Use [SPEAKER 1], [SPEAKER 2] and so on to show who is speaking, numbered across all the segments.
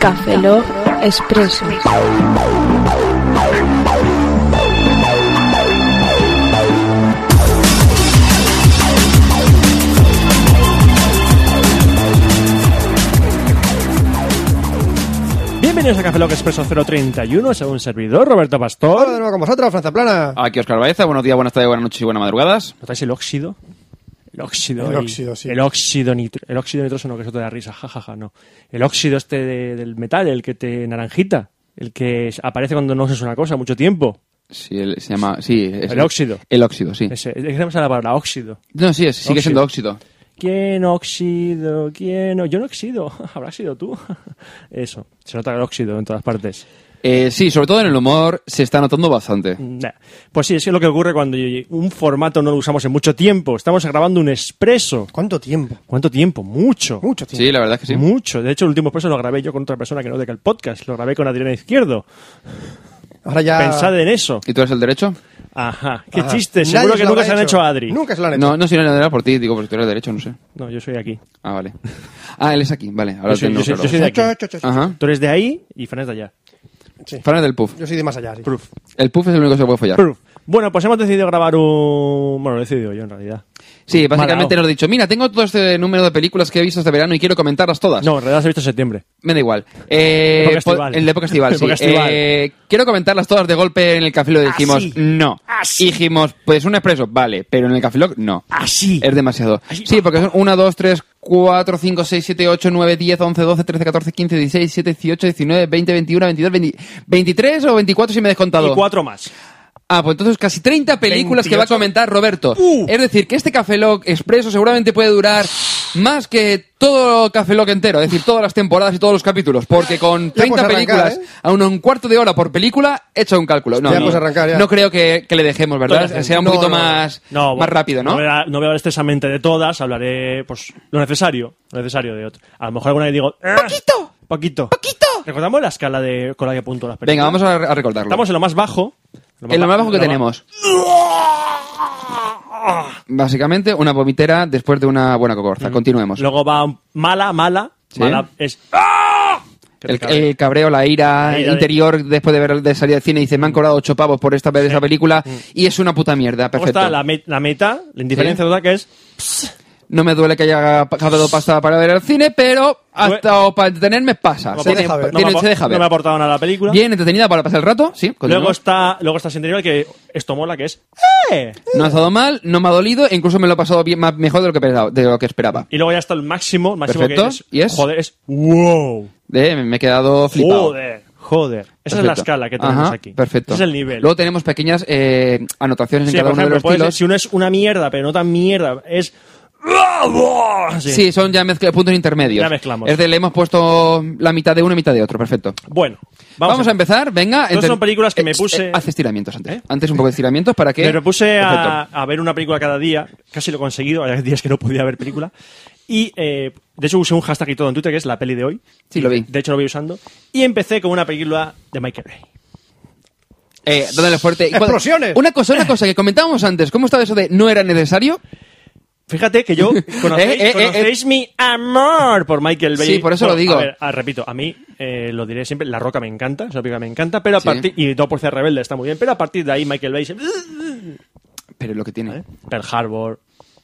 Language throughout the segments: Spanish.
[SPEAKER 1] Café Log Expreso.
[SPEAKER 2] Bienvenidos a Café Lock Expreso 031, según servidor, Roberto Pastor.
[SPEAKER 3] Hola de nuevo con vosotros, Franza Plana.
[SPEAKER 4] Aquí Oscar Baeza, buenos días, buenas tardes, buenas noches y buenas madrugadas.
[SPEAKER 2] ¿Notáis el óxido? El óxido.
[SPEAKER 3] El
[SPEAKER 2] ahí.
[SPEAKER 3] óxido, sí.
[SPEAKER 2] El óxido, nitro, el óxido nitroso, no, que eso te da risa, jajaja, no. El óxido este de- del metal, el que te naranjita, el que es- aparece cuando no usas una cosa mucho tiempo.
[SPEAKER 4] Sí, el- se llama. Sí, es-
[SPEAKER 2] El óxido.
[SPEAKER 4] El óxido, sí.
[SPEAKER 2] Ese, es que se me sale la palabra óxido.
[SPEAKER 4] No, sí, es- sigue
[SPEAKER 2] Óxido.
[SPEAKER 4] siendo óxido.
[SPEAKER 2] ¿Quién óxido? ¿Quién? o- Yo no oxido, habrás sido tú. Eso, se nota el óxido en todas partes.
[SPEAKER 4] Eh, sí, sobre todo en el humor se está notando bastante.
[SPEAKER 2] Nah. Pues sí, es que es lo que ocurre cuando un formato no lo usamos en mucho tiempo. Estamos grabando un expreso.
[SPEAKER 3] ¿Cuánto tiempo?
[SPEAKER 2] ¿Cuánto tiempo? Mucho.
[SPEAKER 3] Mucho tiempo.
[SPEAKER 4] Sí, la verdad es que sí.
[SPEAKER 2] Mucho. De hecho, el último expreso lo grabé yo con otra persona que no de que el podcast. Lo grabé con Adriana Izquierdo.
[SPEAKER 3] Ahora
[SPEAKER 4] Ah.
[SPEAKER 3] ya.
[SPEAKER 2] Pensad en eso.
[SPEAKER 4] ¿Y tú eres el derecho?
[SPEAKER 2] Ajá. Qué
[SPEAKER 3] Ajá.
[SPEAKER 2] chiste.
[SPEAKER 3] Nadie
[SPEAKER 2] Seguro que
[SPEAKER 3] lo
[SPEAKER 2] nunca
[SPEAKER 3] ha
[SPEAKER 2] se han hecho a Adri.
[SPEAKER 3] Nunca se lo han hecho.
[SPEAKER 4] No, no, si no era por ti, digo, porque tú eres el derecho, no sé.
[SPEAKER 2] No, yo soy aquí.
[SPEAKER 4] Ah, vale. Ah, él es aquí, vale. Ahora
[SPEAKER 2] Yo soy-
[SPEAKER 4] tengo
[SPEAKER 2] yo soy-
[SPEAKER 4] claro.
[SPEAKER 2] yo soy de aquí.
[SPEAKER 3] Cho, cho, cho, cho.
[SPEAKER 4] Ajá.
[SPEAKER 2] Tú eres de ahí y Fran es de allá.
[SPEAKER 4] Fan del puff.
[SPEAKER 3] Yo soy de más allá. sí.
[SPEAKER 2] Proof.
[SPEAKER 4] El puff es el único que se puede follar.
[SPEAKER 2] Proof. Bueno, pues hemos decidido grabar un... Bueno, lo he decidido yo en realidad.
[SPEAKER 4] Sí, básicamente
[SPEAKER 2] Malao.
[SPEAKER 4] nos ha dicho, mira, tengo todo este número de películas que he visto este verano y quiero comentarlas todas.
[SPEAKER 2] No, en realidad se ha visto en septiembre.
[SPEAKER 4] Me da igual. Eh,
[SPEAKER 2] Época
[SPEAKER 4] po-
[SPEAKER 2] estival.
[SPEAKER 4] En la época estival, sí.
[SPEAKER 2] Época estival. Ah,
[SPEAKER 4] Eh, quiero comentarlas todas de golpe en el Café Lock. Dijimos,
[SPEAKER 2] Así.
[SPEAKER 4] no.
[SPEAKER 2] Así.
[SPEAKER 4] Dijimos, pues un expreso, vale, pero en el Café Lock, no.
[SPEAKER 2] Así.
[SPEAKER 4] Es demasiado.
[SPEAKER 2] Así.
[SPEAKER 4] Sí, porque son 1, 2, 3, 4, 5, 6, 7, 8, 9, 10, 11, 12, 13, 14, 15, 16, 17, 18, 19, 20, 21, 22, 20, 23 o 24 si me he descontado.
[SPEAKER 2] Y cuatro más.
[SPEAKER 4] Ah, pues entonces casi 30 películas que va a
[SPEAKER 3] 28.
[SPEAKER 4] comentar Roberto.
[SPEAKER 2] Uh.
[SPEAKER 4] Es decir, que este Café Lock expreso seguramente puede durar más que todo Café Lock entero, es decir, todas las temporadas y todos los capítulos, porque con
[SPEAKER 3] Ya
[SPEAKER 4] 30
[SPEAKER 3] puedes arrancar,
[SPEAKER 4] películas
[SPEAKER 3] ¿eh?
[SPEAKER 4] a un, un cuarto de hora por película, echa un cálculo. No,
[SPEAKER 3] Ya
[SPEAKER 4] no,
[SPEAKER 3] puedes arrancar, ya.
[SPEAKER 4] no creo que, que le dejemos, ¿verdad?
[SPEAKER 2] Todas.
[SPEAKER 4] Sea un
[SPEAKER 3] No,
[SPEAKER 4] poquito
[SPEAKER 3] no.
[SPEAKER 4] más,
[SPEAKER 2] No,
[SPEAKER 4] más rápido, ¿no?
[SPEAKER 5] no
[SPEAKER 2] voy a- no voy a hablar extensamente de todas, hablaré pues lo necesario, lo necesario de otro. A lo mejor alguna vez digo, "Ah,
[SPEAKER 4] ¡Poquito!
[SPEAKER 2] poquito.
[SPEAKER 4] ¡Poquito!
[SPEAKER 2] Recordamos la escala de con la que apunto las
[SPEAKER 4] Venga,
[SPEAKER 2] películas.
[SPEAKER 4] vamos a, a recordarlo.
[SPEAKER 2] Estamos en lo más bajo.
[SPEAKER 4] en lo más bajo que
[SPEAKER 2] lo
[SPEAKER 4] tenemos. Básicamente, una vomitera después de una buena cocorza.
[SPEAKER 3] Mm.
[SPEAKER 4] Continuemos.
[SPEAKER 2] Luego va un- mala, mala.
[SPEAKER 4] Sí.
[SPEAKER 2] Mala es. ¡Ah! Que te
[SPEAKER 4] El,
[SPEAKER 2] cabe.
[SPEAKER 4] el cabreo, la ira,
[SPEAKER 2] La ira de-
[SPEAKER 4] interior después de ver de salir al cine dice me han cobrado ocho pavos por esta ver esa película y es una puta mierda,
[SPEAKER 2] Luego
[SPEAKER 4] perfecto.
[SPEAKER 2] Mm. está la, me- la meta, la indiferencia
[SPEAKER 4] Sí.
[SPEAKER 2] total, que es.
[SPEAKER 4] No me duele que haya pagado pasta para ver el cine, pero hasta o para entretenerme pasa.
[SPEAKER 2] No
[SPEAKER 4] se,
[SPEAKER 2] me-
[SPEAKER 4] deja
[SPEAKER 3] no
[SPEAKER 4] ver.
[SPEAKER 3] me
[SPEAKER 4] Tiene-
[SPEAKER 2] me, ha-
[SPEAKER 4] se deja
[SPEAKER 2] no me ha
[SPEAKER 4] ver.
[SPEAKER 2] aportado nada la película.
[SPEAKER 4] Bien entretenida para pasar el rato, sí. continúa.
[SPEAKER 2] Luego está, luego está sin interior, que esto mola, que es. ¡Eh!
[SPEAKER 4] No ha estado mal, no me ha dolido e incluso me lo he pasado bien, más- mejor de lo que esperaba. De lo que esperaba.
[SPEAKER 2] Y luego ya está el máximo, el máximo
[SPEAKER 4] Perfecto.
[SPEAKER 2] que es.
[SPEAKER 4] ¿Y es?
[SPEAKER 2] Joder, es. ¡Wow!
[SPEAKER 4] Eh, me he quedado flipado.
[SPEAKER 2] Joder, joder. Esa es la
[SPEAKER 4] Perfecto.
[SPEAKER 2] escala que tenemos
[SPEAKER 4] Ajá,
[SPEAKER 2] aquí.
[SPEAKER 4] Perfecto.
[SPEAKER 2] Ese es el nivel.
[SPEAKER 4] Luego tenemos pequeñas eh, anotaciones
[SPEAKER 2] Sí,
[SPEAKER 4] en cada
[SPEAKER 2] por
[SPEAKER 4] uno de
[SPEAKER 2] ejemplo,
[SPEAKER 4] los
[SPEAKER 2] puede ser-
[SPEAKER 4] estilos.
[SPEAKER 2] si uno es una mierda, pero no tan mierda, es. ¡ah, Así.
[SPEAKER 4] Sí, son ya mezcla, puntos intermedios.
[SPEAKER 2] Ya mezclamos.
[SPEAKER 4] Es de, le hemos puesto la mitad de uno y mitad de otro, perfecto.
[SPEAKER 2] Bueno,
[SPEAKER 4] Vamos,
[SPEAKER 2] vamos,
[SPEAKER 4] a empezar, venga.
[SPEAKER 2] Dos son películas que me
[SPEAKER 4] eh,
[SPEAKER 2] puse-
[SPEAKER 4] eh, haz estiramientos antes.
[SPEAKER 2] ¿Eh?
[SPEAKER 4] Antes un poco de estiramientos para que...
[SPEAKER 2] Me propuse a,
[SPEAKER 4] Perfecto.
[SPEAKER 2] a ver una película cada día, casi lo he conseguido, hay días que no podía ver película. Y eh, de hecho usé un hashtag y todo en Twitter que es la peli de hoy.
[SPEAKER 4] Sí, lo vi.
[SPEAKER 2] De hecho lo voy usando. Y empecé con una película de Michael Bay.
[SPEAKER 4] Eh, dándole fuerte. Y cuando-
[SPEAKER 3] ¡Explosiones!
[SPEAKER 4] Una cosa, una cosa que comentábamos antes. ¿Cómo estaba eso de no era necesario?
[SPEAKER 2] Fíjate que yo conocéis,
[SPEAKER 4] Eh, eh, eh,
[SPEAKER 2] conocéis mi amor por Michael Bay.
[SPEAKER 4] Sí, por eso
[SPEAKER 2] Bueno,
[SPEAKER 4] lo digo.
[SPEAKER 2] A ver, ah, repito, a mí eh, lo diré siempre, La Roca me encanta, es una película que me encanta, pero a
[SPEAKER 4] Sí.
[SPEAKER 2] partir y todo por ser rebelde está muy bien, pero a partir de ahí Michael Bay se-
[SPEAKER 4] Pero es lo que tiene.
[SPEAKER 2] Pearl Harbor,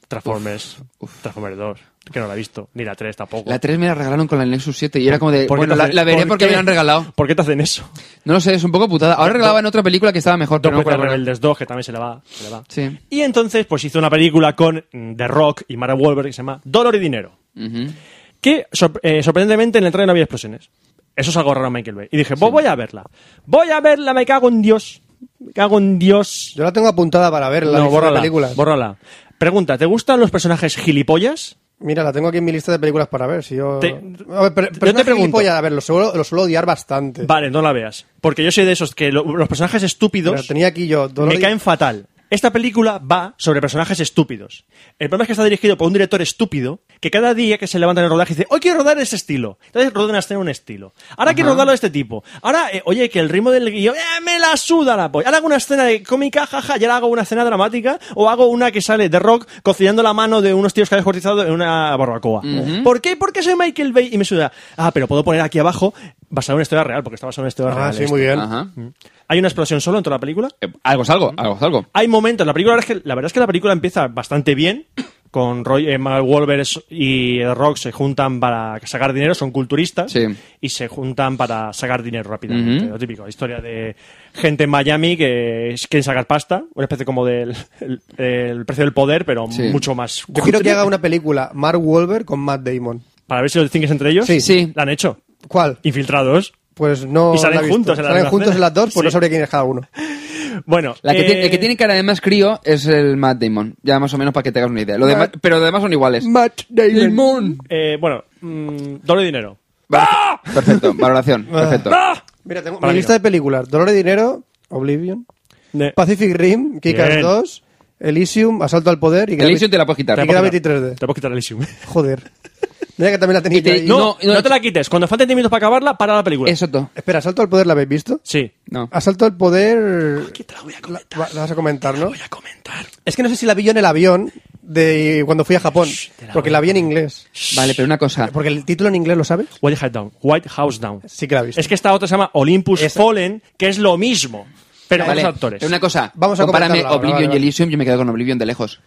[SPEAKER 2] Transformers, Transformers 2, que no la he visto, ni la 3 tampoco.
[SPEAKER 4] La 3 me la regalaron con la Nexus 7 y era como de...
[SPEAKER 2] ¿Por qué
[SPEAKER 4] Bueno,
[SPEAKER 2] te
[SPEAKER 4] la,
[SPEAKER 2] hacen-
[SPEAKER 4] la veré
[SPEAKER 2] por
[SPEAKER 4] porque
[SPEAKER 2] qué?
[SPEAKER 4] me la han regalado.
[SPEAKER 2] ¿Por qué te hacen eso?
[SPEAKER 4] No lo sé, es un poco putada. Ahora regalaban otra película que estaba mejor,
[SPEAKER 2] Dos
[SPEAKER 4] pero no me
[SPEAKER 2] Puertas
[SPEAKER 4] acuerdo.
[SPEAKER 2] Rebeldes 2, que también se la va. se la va.
[SPEAKER 4] Sí.
[SPEAKER 2] Y entonces, pues hizo una película con mm, The Rock y Mara Wahlberg que se llama Dolor y Dinero.
[SPEAKER 4] Ujú.
[SPEAKER 2] Que sor- eh, sorprendentemente en el trailer no había explosiones. Eso es algo raro en Michael Bay. Y dije, pues voy a verla. Voy a verla, me cago en Dios. Me cago en Dios.
[SPEAKER 3] Yo la tengo apuntada para ver la
[SPEAKER 2] no,
[SPEAKER 3] lista de
[SPEAKER 2] bórrala,
[SPEAKER 3] películas.
[SPEAKER 2] bórrala. Pregunta, ¿te gustan los personajes gilipollas?
[SPEAKER 3] Mira, la tengo aquí en mi lista de películas para ver. Si yo...
[SPEAKER 2] Te-
[SPEAKER 3] a ver, pero,
[SPEAKER 2] yo
[SPEAKER 3] pero
[SPEAKER 2] te
[SPEAKER 3] no es
[SPEAKER 2] pregunto.
[SPEAKER 3] gilipollas, a ver, lo suelo, lo suelo odiar bastante.
[SPEAKER 2] Vale, no la veas. Porque yo soy de esos que lo- los personajes
[SPEAKER 3] Pero
[SPEAKER 2] estúpidos...
[SPEAKER 3] tenía aquí yo dolor
[SPEAKER 2] Me
[SPEAKER 3] y-
[SPEAKER 2] caen fatal. Esta película va sobre personajes estúpidos. El problema es que está dirigido por un director estúpido que cada día que se levantan en el rodaje dice, hoy quiero rodar ese estilo. Entonces roda una escena en un estilo. Ahora quiero rodarlo de este tipo. Ahora, eh, oye, que el ritmo del guión, ¡eh, me la suda la polla. Ahora hago una escena de cómica, jaja, y ahora hago una escena dramática, o hago una que sale de rock cocinando la mano de unos tíos que habéis cortizado en una barbacoa. ¿Por qué? Porque soy Michael Bay y me suda. Ah, pero puedo poner aquí abajo, basado en una historia real, porque está basado en una historia
[SPEAKER 3] Ah,
[SPEAKER 2] real.
[SPEAKER 3] sí,
[SPEAKER 2] esto.
[SPEAKER 3] muy bien.
[SPEAKER 4] Ajá.
[SPEAKER 2] Hay una explosión solo en toda la película
[SPEAKER 4] Eh, algo es algo, algo es algo.
[SPEAKER 2] hay momentos. La película la verdad es que la verdad es que la película empieza bastante bien. Con Roy, eh, Mark Wahlberg y The Rock se juntan para sacar dinero, son culturistas
[SPEAKER 4] Sí.
[SPEAKER 2] y se juntan para sacar dinero rápidamente.
[SPEAKER 4] Ujú.
[SPEAKER 2] Lo típico, historia de gente en Miami que es- quieren sacar pasta, una especie como del el, el precio del poder, pero
[SPEAKER 4] Sí.
[SPEAKER 2] mucho más.
[SPEAKER 3] Yo quiero que haga una película Mark Wahlberg con Matt Damon.
[SPEAKER 2] Para ver si lo distingues entre ellos.
[SPEAKER 3] Sí.
[SPEAKER 4] Sí.
[SPEAKER 2] La han hecho.
[SPEAKER 3] ¿Cuál?
[SPEAKER 2] Infiltrados.
[SPEAKER 3] Pues no.
[SPEAKER 2] Y salen
[SPEAKER 3] la he visto.
[SPEAKER 2] juntos en la
[SPEAKER 3] Salen
[SPEAKER 2] misma
[SPEAKER 3] juntos
[SPEAKER 2] escena.
[SPEAKER 3] en las dos, pues
[SPEAKER 2] Sí.
[SPEAKER 3] no sabría quién es cada uno.
[SPEAKER 2] Bueno.
[SPEAKER 4] La que
[SPEAKER 2] eh,
[SPEAKER 4] tiene, el que tiene cara de más crío es el Matt Damon. Ya más o menos para que te hagas una idea. Lo demás- pero los demás son iguales.
[SPEAKER 3] Matt
[SPEAKER 4] Damon.
[SPEAKER 2] eh, bueno, mm, doble dinero.
[SPEAKER 4] Perfecto, valoración. Perfecto.
[SPEAKER 3] Mira, tengo
[SPEAKER 2] Para
[SPEAKER 3] mi
[SPEAKER 2] mí
[SPEAKER 3] lista
[SPEAKER 2] no.
[SPEAKER 3] de películas: Dolor y Dinero, Oblivion,
[SPEAKER 2] Ne-
[SPEAKER 3] Pacific Rim, Kikas
[SPEAKER 2] Eh. Bien.
[SPEAKER 3] 2, Elysium, Asalto al Poder y Gravity-
[SPEAKER 4] Elysium te la puedes quitar.
[SPEAKER 3] Y Gravity 3D.
[SPEAKER 2] Te puedo quitar el Elysium.
[SPEAKER 3] Joder. Mira que también la tenía
[SPEAKER 4] Y
[SPEAKER 3] yo
[SPEAKER 4] te-
[SPEAKER 3] ahí.
[SPEAKER 2] No,
[SPEAKER 4] no,
[SPEAKER 2] no,
[SPEAKER 4] no,
[SPEAKER 2] te la quites. Cuando falten 10 minutos para acabarla, para la película.
[SPEAKER 4] Eso todo.
[SPEAKER 3] Espera, ¿Asalto al Poder la habéis visto?
[SPEAKER 2] Sí.
[SPEAKER 4] No.
[SPEAKER 3] Asalto al Poder.
[SPEAKER 2] te la voy a
[SPEAKER 3] La,
[SPEAKER 2] comentar.
[SPEAKER 3] va- la vas a comentar, ¿no?
[SPEAKER 2] Voy a comentar.
[SPEAKER 3] Es que no sé si la vi yo en el avión de cuando fui a Japón,
[SPEAKER 2] Shh, te la
[SPEAKER 3] porque
[SPEAKER 2] voy
[SPEAKER 3] la
[SPEAKER 2] a
[SPEAKER 3] vi en inglés.
[SPEAKER 4] Vale, pero una cosa.
[SPEAKER 3] Porque el título en inglés lo sabes.
[SPEAKER 2] White House Down. White House Down.
[SPEAKER 3] Sí que la he visto.
[SPEAKER 2] Es que esta otra se llama Olympus
[SPEAKER 3] Esa.
[SPEAKER 2] Fallen, que es lo mismo, pero
[SPEAKER 4] Vale,
[SPEAKER 2] con los actores.
[SPEAKER 4] pero una cosa.
[SPEAKER 3] Vamos a
[SPEAKER 4] compárame
[SPEAKER 3] comentarla ahora,
[SPEAKER 4] Oblivion
[SPEAKER 3] vale, vale.
[SPEAKER 4] y Elysium. Yo me quedo con Oblivion de lejos.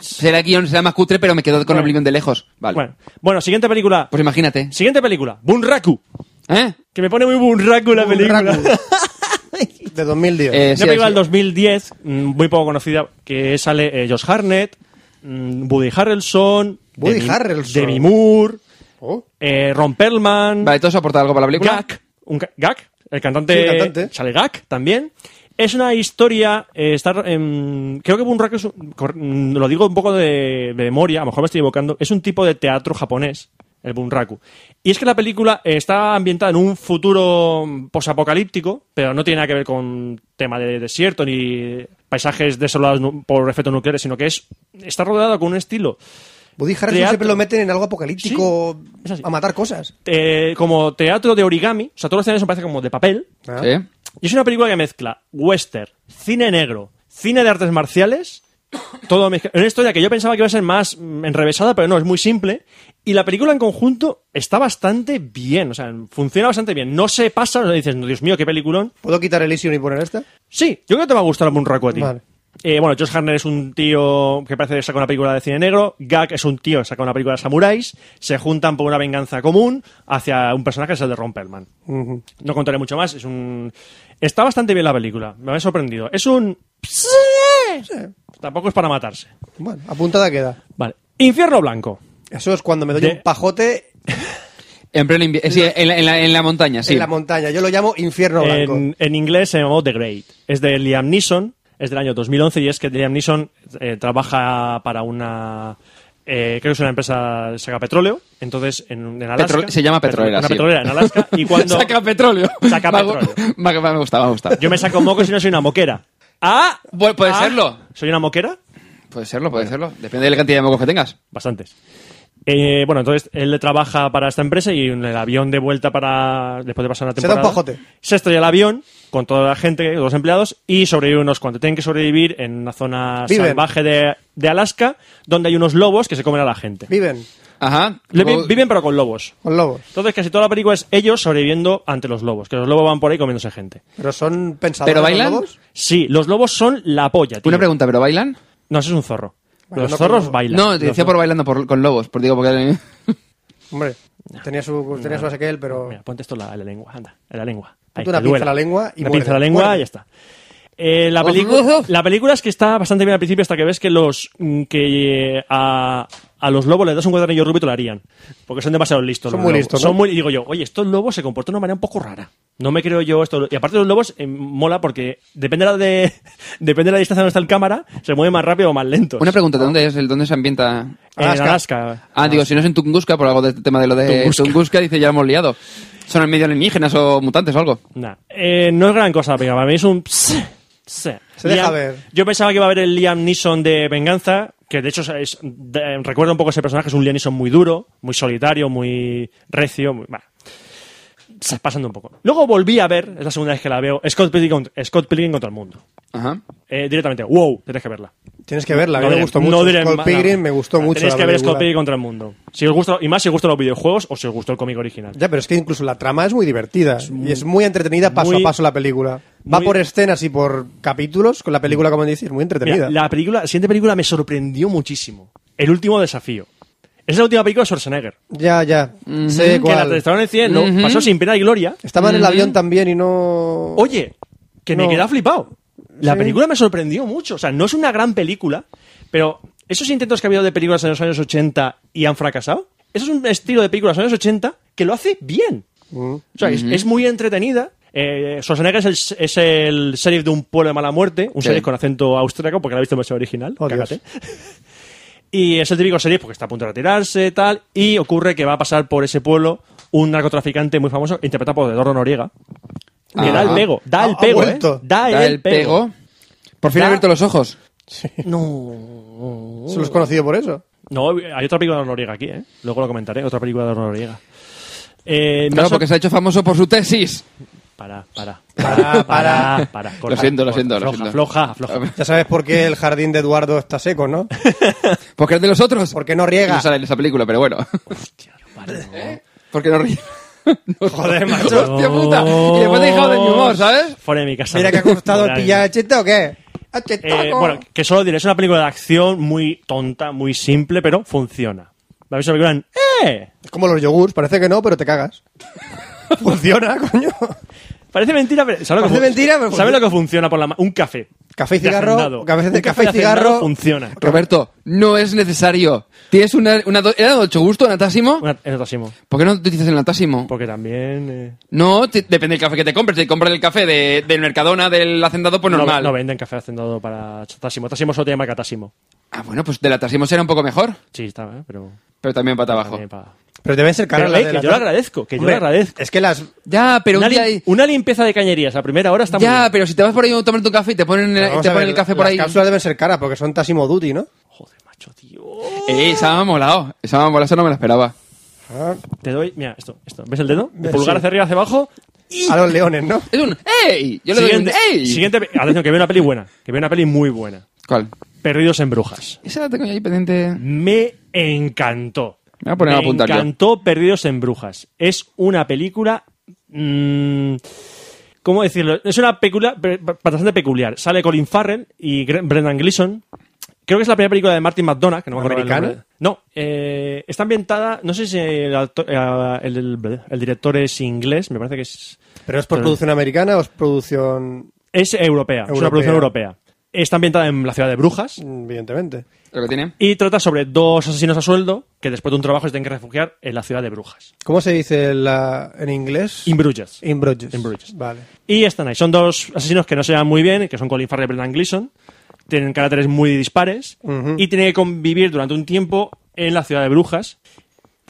[SPEAKER 4] Será guión, será más cutre, pero me quedo con
[SPEAKER 2] Bueno.
[SPEAKER 4] Oblivion de lejos. Vale.
[SPEAKER 2] Bueno, bueno, siguiente película.
[SPEAKER 4] Pues imagínate.
[SPEAKER 2] Siguiente película. Bunraku.
[SPEAKER 4] ¿Eh?
[SPEAKER 2] Que me pone muy Bunraku la película.
[SPEAKER 3] Bunraku. De 2010.
[SPEAKER 4] Eh, sí,
[SPEAKER 2] Una película del
[SPEAKER 4] sí.
[SPEAKER 2] 2010, mm, muy poco conocida, que sale eh, Josh Harnett, mm, Woody Harrelson,
[SPEAKER 3] Woody
[SPEAKER 2] Demi-
[SPEAKER 3] Harrelson.
[SPEAKER 2] Demi Moore,
[SPEAKER 3] Oh.
[SPEAKER 2] eh, Ron Perlman.
[SPEAKER 4] Vale, ¿todo eso aporta algo para la película?
[SPEAKER 2] Gak, un ca- Gak, el cantante,
[SPEAKER 3] Eh, Sí, el cantante.
[SPEAKER 2] sale Gak también. Es una historia, eh, está, em, creo que Bunraku es un- cor- mm, lo digo un poco de, de memoria, a lo mejor me estoy equivocando, es un tipo de teatro japonés, el Bunraku. Y es que la película eh, está ambientada en un futuro mm, posapocalíptico, pero no tiene nada que ver con tema de desierto ni paisajes desolados nu- por efectos nucleares, sino que es está rodeado con un estilo
[SPEAKER 3] Woody Harrelson
[SPEAKER 2] teatro.
[SPEAKER 3] siempre lo meten en algo apocalíptico
[SPEAKER 2] Sí, es así.
[SPEAKER 3] a matar cosas.
[SPEAKER 2] eh, como teatro de origami, o sea, todos los escenarios me parece como de papel,
[SPEAKER 3] Ah.
[SPEAKER 4] ¿Eh?
[SPEAKER 2] Y es una película que mezcla western, cine negro, cine de artes marciales, todo mezcla- una historia que yo pensaba que iba a ser más mm, enrevesada, pero no, es muy simple. Y la película en conjunto está bastante bien, o sea, funciona bastante bien. No se pasa, no dices, "No, Dios mío, qué peliculón.
[SPEAKER 3] ¿Puedo quitar Elysium y poner esta?
[SPEAKER 2] Sí, yo creo que te va a gustar Bunraku a ti.
[SPEAKER 3] Vale.
[SPEAKER 2] Eh, bueno, Josh Harner es un tío que parece que saca una película de cine negro. Gak es un tío que saca una película de samuráis. Se juntan por una venganza común hacia un personaje que es el de Romperman. No contaré mucho más. Es un... Está bastante bien la película. Me ha sorprendido. Es un... Tampoco es para matarse.
[SPEAKER 3] Bueno, apuntada queda.
[SPEAKER 2] Vale. Infierno Blanco.
[SPEAKER 3] Eso es cuando me doy
[SPEAKER 2] De-
[SPEAKER 3] un pajote
[SPEAKER 4] En pleno invi- eh, sí, en, la, en la- en la montaña, sí.
[SPEAKER 3] en la montaña. Yo lo llamo infierno blanco.
[SPEAKER 2] En, en inglés se llamó The Great. Es de Liam Neeson, es del año 2011 y es que Liam Neeson eh, trabaja para una... eh, creo que es una empresa que saca petróleo, entonces en, en Alaska...
[SPEAKER 4] Petro- se llama petrolera,
[SPEAKER 2] Una
[SPEAKER 4] sí.
[SPEAKER 2] petrolera en Alaska y cuando...
[SPEAKER 4] Saca petróleo.
[SPEAKER 2] Saca
[SPEAKER 4] Me hago-
[SPEAKER 2] petróleo.
[SPEAKER 4] Me, me, me gusta, me gusta.
[SPEAKER 2] Yo me saco moco si no soy una moquera. ¡Ah!
[SPEAKER 4] Bu- puede
[SPEAKER 2] Ah,
[SPEAKER 4] serlo.
[SPEAKER 2] ¿Soy una moquera?
[SPEAKER 4] Puede serlo, puede serlo. Depende de la cantidad de mocos que tengas.
[SPEAKER 2] Bastantes. Eh, bueno, entonces él trabaja para esta empresa y en el avión de vuelta para. Después de pasar una
[SPEAKER 3] Se da un
[SPEAKER 2] temporada.
[SPEAKER 3] pajote.
[SPEAKER 2] Se estrella el avión con toda la gente, los empleados, y sobreviven unos cuantos. Tienen que sobrevivir en una zona
[SPEAKER 3] Viven.
[SPEAKER 2] salvaje de, de Alaska, donde hay unos lobos que se comen a la gente.
[SPEAKER 3] Viven
[SPEAKER 4] Ajá.
[SPEAKER 2] Le- vi-
[SPEAKER 4] Luego-
[SPEAKER 2] viven pero con lobos.
[SPEAKER 3] con lobos.
[SPEAKER 2] Entonces casi toda la película es ellos sobreviviendo ante los lobos, que los lobos van por ahí comiéndose gente.
[SPEAKER 3] Pero son pensadores.
[SPEAKER 4] ¿Pero
[SPEAKER 3] los
[SPEAKER 4] bailan?
[SPEAKER 3] lobos.
[SPEAKER 2] Sí, los lobos son la polla, tío.
[SPEAKER 4] Una pregunta, ¿pero bailan?
[SPEAKER 2] No, ese es un zorro.
[SPEAKER 3] Bueno,
[SPEAKER 2] los
[SPEAKER 3] no
[SPEAKER 2] zorros
[SPEAKER 3] como-
[SPEAKER 2] bailan.
[SPEAKER 4] No, te
[SPEAKER 2] Los
[SPEAKER 4] decía por bailando por- con lobos. Por, digo, porque...
[SPEAKER 3] Hombre, tenía su, tenía su aquel, pero.
[SPEAKER 2] Mira, ponte esto en la, en la lengua, anda, en la lengua.
[SPEAKER 3] Ponte una
[SPEAKER 2] te
[SPEAKER 3] pinza
[SPEAKER 2] duela.
[SPEAKER 3] a la lengua y
[SPEAKER 2] Una
[SPEAKER 3] muerde.
[SPEAKER 2] pinza a la lengua
[SPEAKER 3] Muerde.
[SPEAKER 2] y ya está. Eh, la, película, la película es que está bastante bien al principio hasta que ves que los mm, que eh, a, a los lobos les das un cuadernillo rubio y te lo harían. Porque son demasiado listos.
[SPEAKER 3] Son
[SPEAKER 2] los
[SPEAKER 3] muy
[SPEAKER 2] lobos.
[SPEAKER 3] listos, ¿no?
[SPEAKER 2] Son muy, y digo yo, oye, estos lobos se comportan de una manera un poco rara. No me creo yo esto. Y aparte los lobos eh, mola porque depende de la de depende de la distancia donde está el cámara, se mueve más rápido o más lento.
[SPEAKER 4] Una pregunta, ¿de dónde es? el- ¿Dónde se ambienta?
[SPEAKER 2] en
[SPEAKER 3] Alaska.
[SPEAKER 2] Alaska.
[SPEAKER 4] Ah, digo, si no es en Tunguska, por algo del tema de lo de
[SPEAKER 2] Tunguska.
[SPEAKER 4] Tunguska, dice, ya hemos liado. Son medio alienígenas o mutantes o algo.
[SPEAKER 2] Nah. Eh, no es gran cosa la película. Para mí es un... pss, pss.
[SPEAKER 3] Se deja
[SPEAKER 2] Liam-
[SPEAKER 3] ver.
[SPEAKER 2] Yo pensaba que iba a haber el Liam Neeson de Venganza, que de hecho es- es- de- recuerda un poco a ese personaje, es un Liam Neeson muy duro, muy solitario, muy recio, muy, bah. Se- pasando un poco. Luego volví a ver, es la segunda vez que la veo, Scott Pilgrim contra, Scott Pilgrim contra el mundo.
[SPEAKER 4] Ajá.
[SPEAKER 2] Eh, directamente, wow, tenés que verla.
[SPEAKER 3] Tienes que verla, a mí me
[SPEAKER 2] diré-
[SPEAKER 3] gustó
[SPEAKER 2] no
[SPEAKER 3] mucho.
[SPEAKER 2] diré
[SPEAKER 3] Scott
[SPEAKER 2] más
[SPEAKER 3] Pilgrim
[SPEAKER 2] nada.
[SPEAKER 3] me gustó mucho.
[SPEAKER 2] Tenéis
[SPEAKER 3] la
[SPEAKER 2] que ver Scott
[SPEAKER 3] película.
[SPEAKER 2] Pilgrim contra el mundo. Si os gusta, y más si os gustan los videojuegos o si os gustó el cómic original.
[SPEAKER 3] Ya, pero es que incluso la trama es muy divertida y es muy entretenida paso
[SPEAKER 2] muy-
[SPEAKER 3] a paso la película. Va
[SPEAKER 2] muy-
[SPEAKER 3] por escenas y por capítulos con la película, como decir, muy
[SPEAKER 2] Mira,
[SPEAKER 3] entretenida.
[SPEAKER 2] la película, la siguiente película me sorprendió muchísimo. El último desafío. Es la última película de Schwarzenegger.
[SPEAKER 3] Ya, ya. Sé
[SPEAKER 2] Que la
[SPEAKER 3] cuál.
[SPEAKER 2] estaban diciendo,
[SPEAKER 4] Ujú.
[SPEAKER 2] pasó sin pena y gloria.
[SPEAKER 3] Estaba en el avión también y no.
[SPEAKER 2] Oye, que me
[SPEAKER 3] No.
[SPEAKER 2] queda flipado. La
[SPEAKER 3] Sí.
[SPEAKER 2] película me sorprendió mucho. O sea, no es una gran película, pero esos intentos que ha habido de películas en los años 80 y han fracasado, eso es un estilo de películas de los años 80 que lo hace bien.
[SPEAKER 3] Mm.
[SPEAKER 2] O sea, es- es, muy entretenida. Eh, Schwarzenegger es el, es el sheriff de un pueblo de mala muerte, un
[SPEAKER 4] Sí.
[SPEAKER 2] sheriff con acento austríaco, porque lo he visto en versión original.
[SPEAKER 3] Oh, Dios.
[SPEAKER 2] cágate. Y es el típico sheriff porque está a punto de retirarse, tal. Y ocurre que va a pasar por ese pueblo un narcotraficante muy famoso, interpretado por Eduardo Noriega. Que
[SPEAKER 4] Ajá. Ah,
[SPEAKER 2] da el pego, da
[SPEAKER 3] Ha-
[SPEAKER 2] el
[SPEAKER 3] ha
[SPEAKER 2] pego, ¿eh?
[SPEAKER 3] vuelto.
[SPEAKER 2] Da,
[SPEAKER 4] Da el pego. Por fin
[SPEAKER 2] Da-
[SPEAKER 4] ha abierto los ojos.
[SPEAKER 2] No.
[SPEAKER 3] Solo es conocido por eso.
[SPEAKER 2] No, hay otra película de Noriega aquí, ¿eh? Luego lo comentaré, otra película de Noriega. Eh, me ha
[SPEAKER 4] Claro,
[SPEAKER 2] sor-
[SPEAKER 4] porque se ha hecho famoso por su tesis.
[SPEAKER 2] Para, para.
[SPEAKER 3] Para, para.
[SPEAKER 2] para,
[SPEAKER 4] Lo
[SPEAKER 2] corta,
[SPEAKER 4] siento, lo
[SPEAKER 2] corta,
[SPEAKER 4] siento, lo
[SPEAKER 2] afloja,
[SPEAKER 4] siento.
[SPEAKER 2] Afloja, afloja.
[SPEAKER 3] Ya sabes por qué el jardín de Eduardo está seco, ¿no?
[SPEAKER 4] Porque es de los otros.
[SPEAKER 3] Porque no
[SPEAKER 4] Que
[SPEAKER 3] riega.
[SPEAKER 4] No sale en esa película, pero bueno. Porque no ríe.
[SPEAKER 3] Joder, macho.
[SPEAKER 4] Hostia puta. Y después he dejado de mi humor, ¿sabes?
[SPEAKER 2] Fuera de mi casa.
[SPEAKER 3] Mira que ha costado el
[SPEAKER 2] Fuera de mi-
[SPEAKER 3] pillar el chiste o qué. ¡Ah,
[SPEAKER 2] Eh,
[SPEAKER 3] chetaco!
[SPEAKER 2] bueno, que solo diré, es una película de acción muy tonta, muy simple, pero funciona. La habéis película en... ¡Eh!
[SPEAKER 3] Es como los yogurts, parece que no, pero te cagas. Funciona, coño.
[SPEAKER 2] Parece mentira, pero... ¿sabes lo que
[SPEAKER 3] Parece
[SPEAKER 2] fun-
[SPEAKER 3] mentira, pero
[SPEAKER 2] ¿Sabes
[SPEAKER 3] funciona.
[SPEAKER 2] lo que funciona por la... ma- Un café.
[SPEAKER 3] Café y
[SPEAKER 2] De
[SPEAKER 3] cigarro,
[SPEAKER 2] hacendado.
[SPEAKER 3] café-
[SPEAKER 2] Un
[SPEAKER 3] café y
[SPEAKER 2] de hacendado
[SPEAKER 3] cigarro.
[SPEAKER 2] Funciona.
[SPEAKER 4] Roberto, no es necesario. ¿Tienes una, una do- ¿Era de ocho gusto, Natásimo?
[SPEAKER 2] Una- en otro simo,
[SPEAKER 4] ¿Por qué no utilizas el Natásimo?
[SPEAKER 2] Porque también... eh,
[SPEAKER 4] No, te- depende del café que te compres. Si compras el café de- del Mercadona, del Hacendado, pues
[SPEAKER 2] no-
[SPEAKER 4] normal.
[SPEAKER 2] No, venden café hacendado para Tásimo. Tásimo solo tiene marca Tásimo.
[SPEAKER 4] Ah, bueno, pues del Natásimo será un poco mejor.
[SPEAKER 2] Sí, está, ¿eh? pero...
[SPEAKER 4] Pero también pata abajo.
[SPEAKER 2] también para-
[SPEAKER 3] Pero deben ser caras
[SPEAKER 2] Pero,
[SPEAKER 3] las
[SPEAKER 2] eh,
[SPEAKER 3] de
[SPEAKER 2] que
[SPEAKER 3] la
[SPEAKER 2] yo lo
[SPEAKER 3] tarde.
[SPEAKER 2] agradezco, que yo
[SPEAKER 3] Hombre,
[SPEAKER 2] lo agradezco.
[SPEAKER 3] Es que las...
[SPEAKER 4] Ya, pero
[SPEAKER 2] Una,
[SPEAKER 4] un día...
[SPEAKER 2] lim- una limpieza de cañerías a primera hora está muy
[SPEAKER 4] Ya,
[SPEAKER 2] bien.
[SPEAKER 4] pero si te vas por ahí a tomarte un café y te ponen el,
[SPEAKER 3] vamos
[SPEAKER 4] te
[SPEAKER 3] a
[SPEAKER 4] ponen
[SPEAKER 3] ver,
[SPEAKER 4] el café por
[SPEAKER 3] las
[SPEAKER 4] ahí...
[SPEAKER 3] cápsulas deben ser caras porque son Tassimo Duty, ¿no?
[SPEAKER 2] Joder, macho, tío.
[SPEAKER 4] Eh, esa me ha molado. Esa me ha molado, esa no me la esperaba.
[SPEAKER 3] Ah,
[SPEAKER 2] Te doy, mira, esto, esto. ¿Ves el dedo? De
[SPEAKER 3] Sí.
[SPEAKER 2] pulgar hacia arriba, hacia abajo.
[SPEAKER 3] A los leones, ¿no?
[SPEAKER 4] Es un... ¡Ey! Yo le
[SPEAKER 2] Siguiente,
[SPEAKER 4] doy un... ¡Ey!
[SPEAKER 2] siguiente, pe- atención, que veo una peli buena, que veo una peli muy buena.
[SPEAKER 4] ¿Cuál?
[SPEAKER 2] Perdidos en Brujas.
[SPEAKER 4] Esa la tengo yo ahí pendiente.
[SPEAKER 2] Me encantó.
[SPEAKER 4] Me voy a poner a apuntar yo.
[SPEAKER 2] encantó Perdidos en Brujas. Es una película... mm, ¿Cómo decirlo? Es una película pe- bastante peculiar. Sale Colin Farrell y Gre- Brendan Gleeson. Creo que es la primera película de Martin McDonagh, que no me acuerdo el
[SPEAKER 3] ¿Americana?
[SPEAKER 2] nombre. No, eh, está ambientada... No sé si el, acto- eh, el- el- el director es inglés, me parece que es...
[SPEAKER 3] ¿Pero es por
[SPEAKER 2] Pero-
[SPEAKER 3] producción americana o es producción,
[SPEAKER 2] Es europea, es una
[SPEAKER 3] Europea.
[SPEAKER 2] producción europea. Está ambientada en la ciudad de Brujas
[SPEAKER 3] evidentemente?
[SPEAKER 4] ¿Lo que tiene?
[SPEAKER 2] y trata sobre dos asesinos a sueldo que después de un trabajo se tienen que refugiar en la ciudad de Brujas.
[SPEAKER 3] ¿Cómo se dice la- en inglés?
[SPEAKER 2] In Bruges.
[SPEAKER 3] Imbroges.
[SPEAKER 2] In Bruges.
[SPEAKER 3] Vale.
[SPEAKER 2] Y están ahí. Son dos asesinos que no se llevan muy bien, que son Colin Farrell y Brendan Gleeson. Tienen caracteres muy dispares
[SPEAKER 3] Ujú.
[SPEAKER 2] y tienen que convivir durante un tiempo en la ciudad de Brujas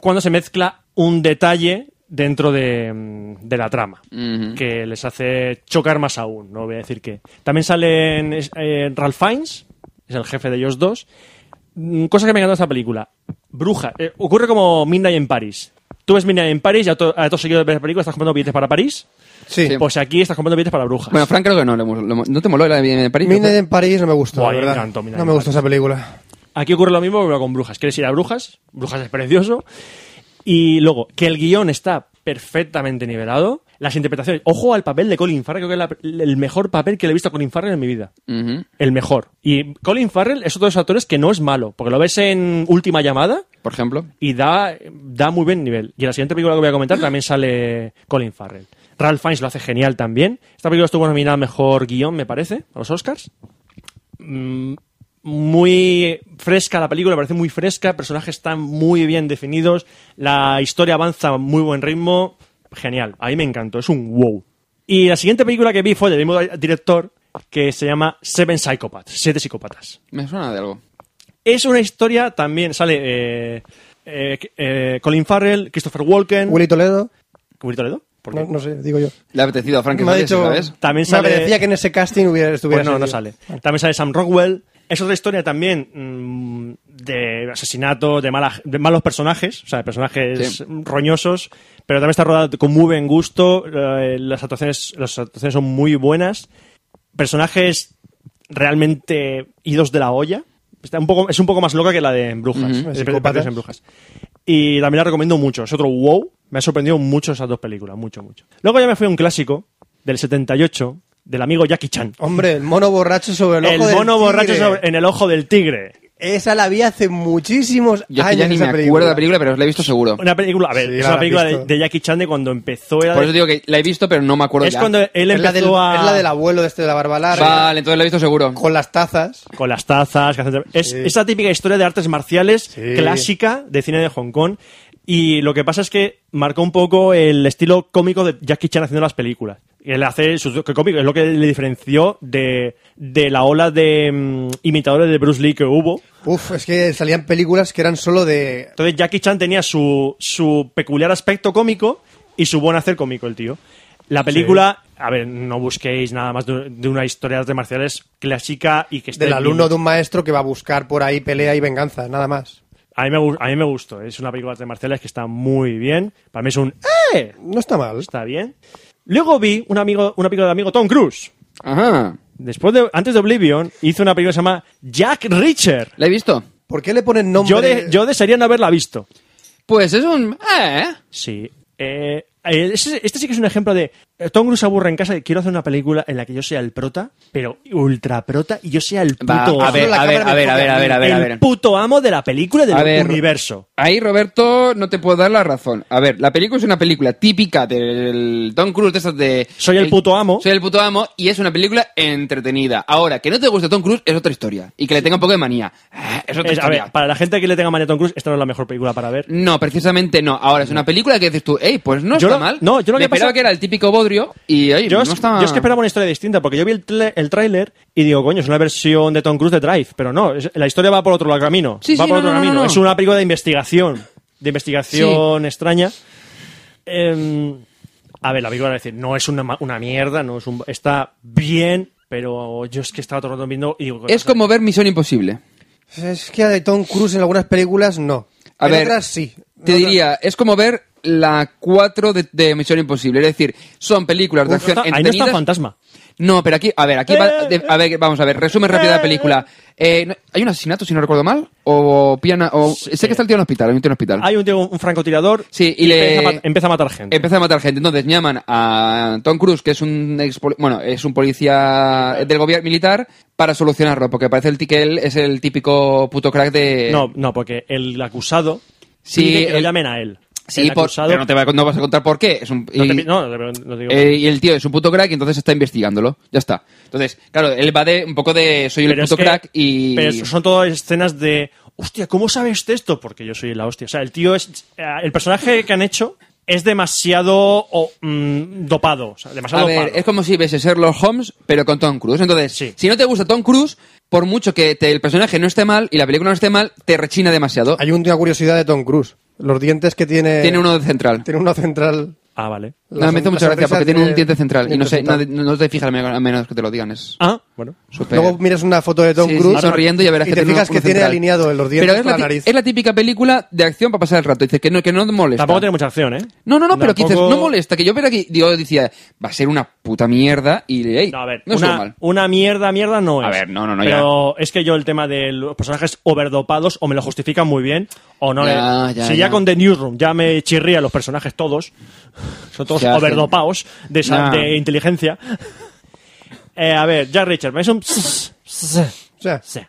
[SPEAKER 2] cuando se mezcla un detalle dentro de, mm, de la trama.
[SPEAKER 4] Ujú.
[SPEAKER 2] que les hace chocar más aún, no voy a decir qué. También salen es- eh, Ralph Fiennes, es el jefe de ellos dos. Mm, Cosa que me encantó de esta película. Bruja. eh, ocurre como Midnight en París. Tú ves Midnight en París y a to- a todos seguidos de ver la película estás comprando billetes para París.
[SPEAKER 3] Sí.
[SPEAKER 2] Pues aquí estás comprando billetes para Brujas.
[SPEAKER 4] Bueno, Frank creo que no. le mo- lo mo- ¿No te moló la de París?
[SPEAKER 3] Midnight en París no me gustó,
[SPEAKER 2] Buah,
[SPEAKER 3] la
[SPEAKER 2] me
[SPEAKER 3] verdad.
[SPEAKER 2] encantó Midnight
[SPEAKER 3] no
[SPEAKER 2] en
[SPEAKER 3] me gustó
[SPEAKER 2] París.
[SPEAKER 3] esa película.
[SPEAKER 2] Aquí ocurre lo mismo pero con Brujas. Quieres ir a Brujas, Brujas es precioso. Y luego, que el guión está perfectamente nivelado. Las interpretaciones. Ojo al papel de Colin Farrell, creo que es la- el mejor papel que le he visto a Colin Farrell en mi vida.
[SPEAKER 4] Ujú.
[SPEAKER 2] El mejor. Y Colin Farrell es otro de esos actores que no es malo, porque lo ves en Última Llamada
[SPEAKER 4] Por ejemplo.
[SPEAKER 2] y da, da muy buen nivel. Y en la siguiente película que voy a comentar también sale Colin Farrell. Ralph Fiennes lo hace genial también. Esta película estuvo nominada a Mejor Guión, me parece, a los Oscars. Mm, muy fresca la película, me parece muy fresca. Personajes están muy bien definidos. La historia avanza a muy buen ritmo. Genial, a mí me encantó, es un wow. Y la siguiente película que vi fue del mismo director que se llama Seven Psychopaths, Siete Psicópatas.
[SPEAKER 4] Me suena de algo.
[SPEAKER 2] Es una historia también, sale eh, eh, eh, Colin Farrell, Christopher Walken,
[SPEAKER 3] Willy Toledo.
[SPEAKER 2] Willy Toledo. Porque
[SPEAKER 3] No, no sé, digo yo.
[SPEAKER 4] Le ha apetecido a Mm. Frank
[SPEAKER 3] Me ha
[SPEAKER 4] Salias,
[SPEAKER 3] dicho.
[SPEAKER 4] ¿sabes?
[SPEAKER 2] También
[SPEAKER 3] me
[SPEAKER 2] sale-
[SPEAKER 3] apetecía que en ese casting hubiera, estuviera.
[SPEAKER 2] Pues no,
[SPEAKER 3] ese
[SPEAKER 2] no
[SPEAKER 3] tío.
[SPEAKER 2] sale. También sale Sam Rockwell. Es otra historia también mm, de asesinatos, de, mala- de malos personajes, o sea, de personajes
[SPEAKER 4] Sí.
[SPEAKER 2] roñosos, pero también está rodada con muy buen gusto. eh, las, actuaciones, las actuaciones son muy buenas. Personajes realmente idos de la olla. Está un poco, es un poco más loca que la de Brujas.
[SPEAKER 4] Ujú.
[SPEAKER 2] de
[SPEAKER 3] Psicópatas.
[SPEAKER 2] Patricias en Brujas. Y también la recomiendo mucho. Es otro wow. Me ha sorprendido mucho esas dos películas, mucho, mucho. Luego ya me fui a un clásico del 78 del amigo Jackie Chan.
[SPEAKER 3] Hombre, el mono borracho sobre el ojo.
[SPEAKER 2] El
[SPEAKER 3] del
[SPEAKER 2] mono
[SPEAKER 3] tigre.
[SPEAKER 2] borracho sobre- en el ojo del tigre.
[SPEAKER 3] Esa la vi hace muchísimos
[SPEAKER 4] Yo es que
[SPEAKER 3] años.
[SPEAKER 4] ya ni
[SPEAKER 3] esa
[SPEAKER 4] me acuerdo de la película, pero os la he visto seguro.
[SPEAKER 2] Una película, a ver,
[SPEAKER 3] Sí,
[SPEAKER 2] es
[SPEAKER 3] la
[SPEAKER 2] una
[SPEAKER 3] has
[SPEAKER 2] película de,
[SPEAKER 3] visto.
[SPEAKER 2] de Jackie Chan de cuando empezó. Era
[SPEAKER 4] Por eso digo que la he visto, pero no me acuerdo
[SPEAKER 2] es
[SPEAKER 4] ya.
[SPEAKER 2] cuando él
[SPEAKER 3] Es la,
[SPEAKER 2] empezó
[SPEAKER 3] del,
[SPEAKER 2] a.
[SPEAKER 3] es la del abuelo de este de la barba larga.
[SPEAKER 4] Vale, entonces la he visto seguro.
[SPEAKER 3] Con las tazas.
[SPEAKER 2] Con las tazas. que hacen- Es
[SPEAKER 3] Sí.
[SPEAKER 2] esa típica historia de artes marciales
[SPEAKER 3] Sí.
[SPEAKER 2] clásica de cine de Hong Kong. Y lo que pasa es que marcó un poco el estilo cómico de Jackie Chan haciendo las películas. Él hace sus que cómico, es lo que le diferenció de, de la ola de mm, imitadores de Bruce Lee que hubo.
[SPEAKER 3] Uf, es que salían películas que eran solo de.
[SPEAKER 2] Entonces Jackie Chan tenía su, su peculiar aspecto cómico y su buen hacer cómico, el tío. La película, a ver, no busquéis nada más de, de una historia de artes marciales clásica y que esté
[SPEAKER 3] Del
[SPEAKER 2] bien.
[SPEAKER 3] alumno de un maestro que va a buscar por ahí pelea y venganza, nada más.
[SPEAKER 2] A mí, me, gu- a mí me gustó, es una película de artes marciales que está muy bien. Para mí es un... ¡Eh!
[SPEAKER 3] No está mal.
[SPEAKER 2] Está bien. Luego vi un amigo, una película de amigo Tom Cruise.
[SPEAKER 4] Ajá.
[SPEAKER 2] Después de, antes de Oblivion, hizo una película que se llama Jack Reacher.
[SPEAKER 4] ¿La he visto?
[SPEAKER 3] ¿Por qué le ponen nombre?
[SPEAKER 2] Yo, de, yo desearía no haberla visto.
[SPEAKER 4] Pues es un... Eh.
[SPEAKER 2] Sí. Eh, eh, ese- este sí que es un ejemplo de eh, Tom Cruise se aburre en casa y quiero hacer una película en la que yo sea el prota, pero ultra prota y yo sea el puto
[SPEAKER 4] Va,
[SPEAKER 2] amo.
[SPEAKER 4] a ver,
[SPEAKER 3] la
[SPEAKER 4] a ver, a ver, a ver, a ver, a ver, a ver.
[SPEAKER 2] El puto amo de la película y del
[SPEAKER 4] A ver,
[SPEAKER 2] universo.
[SPEAKER 4] Ahí, Roberto, no te puedo dar la razón. A ver, la película es una película típica del Tom Cruise, de esas de...
[SPEAKER 2] Soy el puto amo.
[SPEAKER 4] Soy el puto amo y es una película entretenida. Ahora, que no te guste Tom Cruise es otra historia. Y que le tenga un poco de manía. eh, Es otra
[SPEAKER 2] Es- a
[SPEAKER 4] historia.
[SPEAKER 2] ver, para la gente que le tenga manía a Tom Cruise, esta no es la mejor película para ver.
[SPEAKER 4] No, precisamente no. Ahora, es una película que dices tú, hey, pues no
[SPEAKER 2] Yo
[SPEAKER 4] está
[SPEAKER 2] lo-
[SPEAKER 4] mal.
[SPEAKER 2] no, yo lo
[SPEAKER 4] Me
[SPEAKER 2] que
[SPEAKER 4] esperaba
[SPEAKER 2] pasa-
[SPEAKER 4] que era el típico bodrio y, oye,
[SPEAKER 2] Yo,
[SPEAKER 4] no
[SPEAKER 2] es-
[SPEAKER 4] está...
[SPEAKER 2] yo es que esperaba una historia distinta, porque yo vi el, tle- el tráiler y digo, coño, es una versión de Tom Cruise de Drive, pero no, es- la historia va por otro lado camino.
[SPEAKER 4] Sí,
[SPEAKER 2] va
[SPEAKER 4] sí,
[SPEAKER 2] por
[SPEAKER 4] no,
[SPEAKER 2] otro
[SPEAKER 4] no, no,
[SPEAKER 2] camino.
[SPEAKER 4] no.
[SPEAKER 2] Es una película de investigación, de investigación extraña. Em, a ver, la película va a decir, no es una, ma- una mierda, no es un- está bien, pero yo es que estaba todo el rato viendo y digo,
[SPEAKER 4] Es como ver Misión Imposible.
[SPEAKER 3] Es que de Tom Cruise en algunas películas no.
[SPEAKER 4] A
[SPEAKER 3] en
[SPEAKER 4] ver,
[SPEAKER 3] otras sí.
[SPEAKER 4] Te
[SPEAKER 3] En otras-
[SPEAKER 4] diría, es como ver la 4 de, de Misión Imposible. Es decir, son películas de
[SPEAKER 2] Ahí
[SPEAKER 4] acción
[SPEAKER 2] Pues no está- Eh, ahí no está
[SPEAKER 4] entretenidas.
[SPEAKER 2] fantasma.
[SPEAKER 4] No, pero aquí, a ver, aquí va, de- a ver, vamos a ver, resumen rápido de la película. Eh, no- ¿Hay un asesinato, si no recuerdo mal? ¿O piana, o Sé que está el tío en el hospital, hay un tío en el hospital.
[SPEAKER 2] Hay un, tío, un francotirador
[SPEAKER 4] Sí, y le-
[SPEAKER 2] empieza, a mat- empieza a matar gente.
[SPEAKER 4] Empieza a matar gente. Entonces llaman a Tom Cruise, que es un ex poli- bueno, es un policía del gobierno militar, para solucionarlo, porque parece el ti- que él es el típico puto crack de...
[SPEAKER 2] No, no, porque el acusado
[SPEAKER 4] Sí,
[SPEAKER 2] pide que lo
[SPEAKER 4] el-
[SPEAKER 2] llamen a él.
[SPEAKER 4] sí,
[SPEAKER 2] el
[SPEAKER 4] por-
[SPEAKER 2] acusado,
[SPEAKER 4] pero no, te va- no vas a contar por qué. Es un,
[SPEAKER 2] no te
[SPEAKER 4] y-
[SPEAKER 2] pi- no, no te- no te digo.
[SPEAKER 4] Eh, y el tío es un puto crack y entonces está investigándolo. Ya está. Entonces, claro, él va de un poco de soy el
[SPEAKER 2] Pero es
[SPEAKER 4] puto
[SPEAKER 2] que-
[SPEAKER 4] crack y.
[SPEAKER 2] pero eso son todas escenas de. Hostia, ¿cómo sabes de esto? Porque yo soy la hostia. O sea, el tío es. eh, El personaje que han hecho es demasiado o, mm, dopado. O sea, demasiado
[SPEAKER 4] A ver,
[SPEAKER 2] dopado.
[SPEAKER 4] es como si ves Sherlock Holmes, pero con Tom Cruise. Entonces,
[SPEAKER 2] Sí.
[SPEAKER 4] si no te gusta Tom Cruise, por mucho que te- el personaje no esté mal y la película no esté mal, te rechina demasiado.
[SPEAKER 3] Hay una curiosidad de Tom Cruise. Los dientes que tiene.
[SPEAKER 4] Tiene uno de central.
[SPEAKER 3] Tiene uno central.
[SPEAKER 2] Ah, vale.
[SPEAKER 4] No,
[SPEAKER 3] La
[SPEAKER 4] me hizo
[SPEAKER 3] son-
[SPEAKER 4] mucha
[SPEAKER 3] la sonrisa
[SPEAKER 4] gracia porque tiene un diente central y no sé, no,
[SPEAKER 3] central.
[SPEAKER 4] no te fijas a men- a menos que te lo digan. Es
[SPEAKER 2] Ah, bueno.
[SPEAKER 4] súper-
[SPEAKER 3] Luego miras una foto de Tom
[SPEAKER 4] Pues Sí, sí,
[SPEAKER 3] Cruise.
[SPEAKER 4] sonriendo y ya verás
[SPEAKER 3] y
[SPEAKER 4] que
[SPEAKER 3] te
[SPEAKER 4] tiene
[SPEAKER 3] fijas
[SPEAKER 4] un-
[SPEAKER 3] que
[SPEAKER 4] un
[SPEAKER 3] tiene
[SPEAKER 4] central.
[SPEAKER 3] alineado los dientes
[SPEAKER 4] Pero es
[SPEAKER 3] con la,
[SPEAKER 4] ti-
[SPEAKER 3] nariz.
[SPEAKER 4] es la típica película de acción para pasar el rato. Dices que no, que no molesta.
[SPEAKER 2] Tampoco tiene mucha acción, ¿eh?
[SPEAKER 4] No, no, no, pero que dices,
[SPEAKER 2] Tampoco-
[SPEAKER 4] no molesta. Que yo ver aquí, yo decía, va a ser una puta mierda y ey,
[SPEAKER 2] No,
[SPEAKER 4] no,
[SPEAKER 2] a ver,
[SPEAKER 4] estuvo
[SPEAKER 2] una,
[SPEAKER 4] mal.
[SPEAKER 2] una mierda, mierda no es.
[SPEAKER 4] A ver, no, no, no,
[SPEAKER 2] Pero es que yo el tema de los personajes overdopados o me lo justifican muy bien o no.
[SPEAKER 4] Ya,
[SPEAKER 2] le-
[SPEAKER 4] ya,
[SPEAKER 2] si
[SPEAKER 4] ya.
[SPEAKER 2] ya con The Newsroom ya me chirría los personajes todos, son todos
[SPEAKER 4] Ya,
[SPEAKER 2] overdopados de, esa-
[SPEAKER 4] Ya.
[SPEAKER 2] de inteligencia. Eh, a ver, Jack Richard, es un...
[SPEAKER 3] O sea,
[SPEAKER 2] Sí.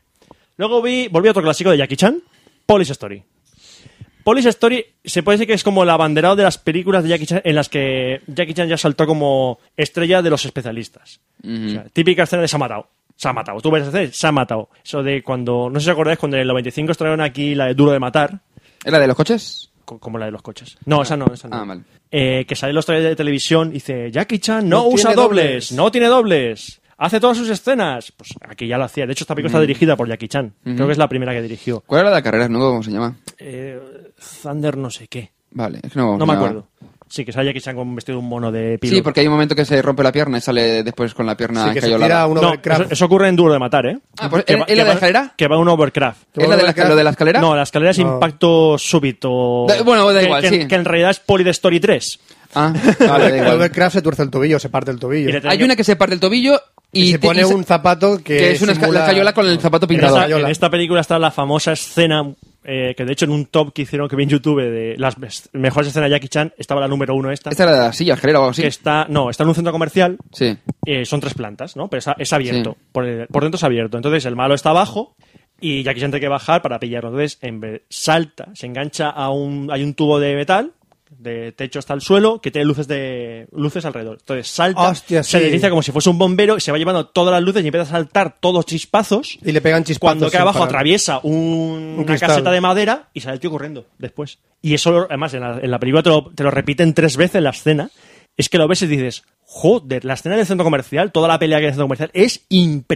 [SPEAKER 2] Luego vi, volví a otro clásico de Jackie Chan, Police Story. Police Story se puede decir que es como el abanderado de las películas de Jackie Chan en las que Jackie Chan ya saltó como estrella de los especialistas. O sea, típica escena de se ha matado. Se ha matado. Tú ves a hacer, se ha matado. Eso de cuando, no sé si os acordáis, cuando en el 95 trajeron aquí la de Duro de Matar,
[SPEAKER 4] ¿Es la de los coches?
[SPEAKER 2] co- como la de los coches. No, esa no, esa no.
[SPEAKER 4] Ah, vale.
[SPEAKER 2] Eh, que sale en los trailers de televisión y dice, Jackie Chan no,
[SPEAKER 3] No tiene
[SPEAKER 2] usa dobles,
[SPEAKER 3] dobles.
[SPEAKER 2] no tiene dobles, hace todas sus escenas. Pues aquí ya lo hacía. De hecho, esta película está
[SPEAKER 4] Mm.
[SPEAKER 2] dirigida por Jackie Chan. Creo que es la primera que dirigió.
[SPEAKER 4] ¿Cuál era la de carreras? No, ¿cómo se llama?
[SPEAKER 2] Eh, Thunder no sé qué.
[SPEAKER 4] Vale, es que no,
[SPEAKER 2] No me acuerdo. Sí, que sabía que se han con- vestido un mono de piloto.
[SPEAKER 4] Sí, porque hay un momento que se rompe la pierna y sale después con la pierna
[SPEAKER 3] Sí, que se
[SPEAKER 4] encayolada.
[SPEAKER 3] tira un
[SPEAKER 2] No,
[SPEAKER 3] overcraft.
[SPEAKER 2] eso, eso ocurre en Duro de Matar, ¿eh?
[SPEAKER 4] Ah, pues,
[SPEAKER 2] Que
[SPEAKER 4] ¿es-
[SPEAKER 2] va-
[SPEAKER 4] es
[SPEAKER 2] que
[SPEAKER 4] la de la
[SPEAKER 2] va-
[SPEAKER 4] escalera?
[SPEAKER 2] Que va un overcraft.
[SPEAKER 4] ¿Es la de la, lo de la escalera?
[SPEAKER 2] No, la escalera es
[SPEAKER 3] No.
[SPEAKER 2] impacto súbito.
[SPEAKER 4] Da- bueno, da
[SPEAKER 2] Que-
[SPEAKER 4] igual,
[SPEAKER 2] que,
[SPEAKER 4] sí.
[SPEAKER 2] que en realidad es Poli de Story 3.
[SPEAKER 4] Ah, vale, da
[SPEAKER 3] El
[SPEAKER 4] igual.
[SPEAKER 3] overcraft se tuerce el tobillo, se parte el tobillo.
[SPEAKER 2] Y le-
[SPEAKER 4] Hay una que se parte el tobillo y,
[SPEAKER 3] Y se
[SPEAKER 4] te-
[SPEAKER 3] pone
[SPEAKER 4] y se-
[SPEAKER 3] un zapato que,
[SPEAKER 4] que es una esca-
[SPEAKER 3] simula-
[SPEAKER 4] la escayola con el zapato
[SPEAKER 2] En
[SPEAKER 3] Claro.
[SPEAKER 4] pintado.
[SPEAKER 2] esta,
[SPEAKER 3] Gayola.
[SPEAKER 2] en esta película está la famosa escena, eh, que de hecho en un top que hicieron que vi en YouTube de las mes- mejores escenas de Jackie Chan, estaba la número uno esta.
[SPEAKER 4] Esta era de la silla, escalera o algo así.
[SPEAKER 2] Que está, no, está en un centro comercial,
[SPEAKER 4] Sí.
[SPEAKER 2] eh, son tres plantas, ¿no? Pero está- es abierto,
[SPEAKER 4] Sí.
[SPEAKER 2] por, el- por dentro es abierto. Entonces el malo está abajo y Jackie Chan tiene que bajar para pillarlo. Entonces en vez- salta, se engancha a un, hay un tubo de metal, de techo hasta el suelo, que tiene luces de luces alrededor. Entonces salta,
[SPEAKER 3] Hostia,
[SPEAKER 2] se
[SPEAKER 3] sí.
[SPEAKER 2] desliza como si fuese un bombero, y se va llevando todas las luces y empieza a saltar todos chispazos.
[SPEAKER 3] y le pegan chispazos.
[SPEAKER 2] Cuando cae
[SPEAKER 3] sin
[SPEAKER 2] abajo
[SPEAKER 3] parar.
[SPEAKER 2] atraviesa un- una
[SPEAKER 3] cristal.
[SPEAKER 2] caseta de madera y sale el tío corriendo después. Y eso, lo- además, en la, en la película te lo, te lo repiten tres veces en la escena. Es que lo ves y dices, joder, la escena del centro comercial, toda la pelea que hay en el centro comercial, es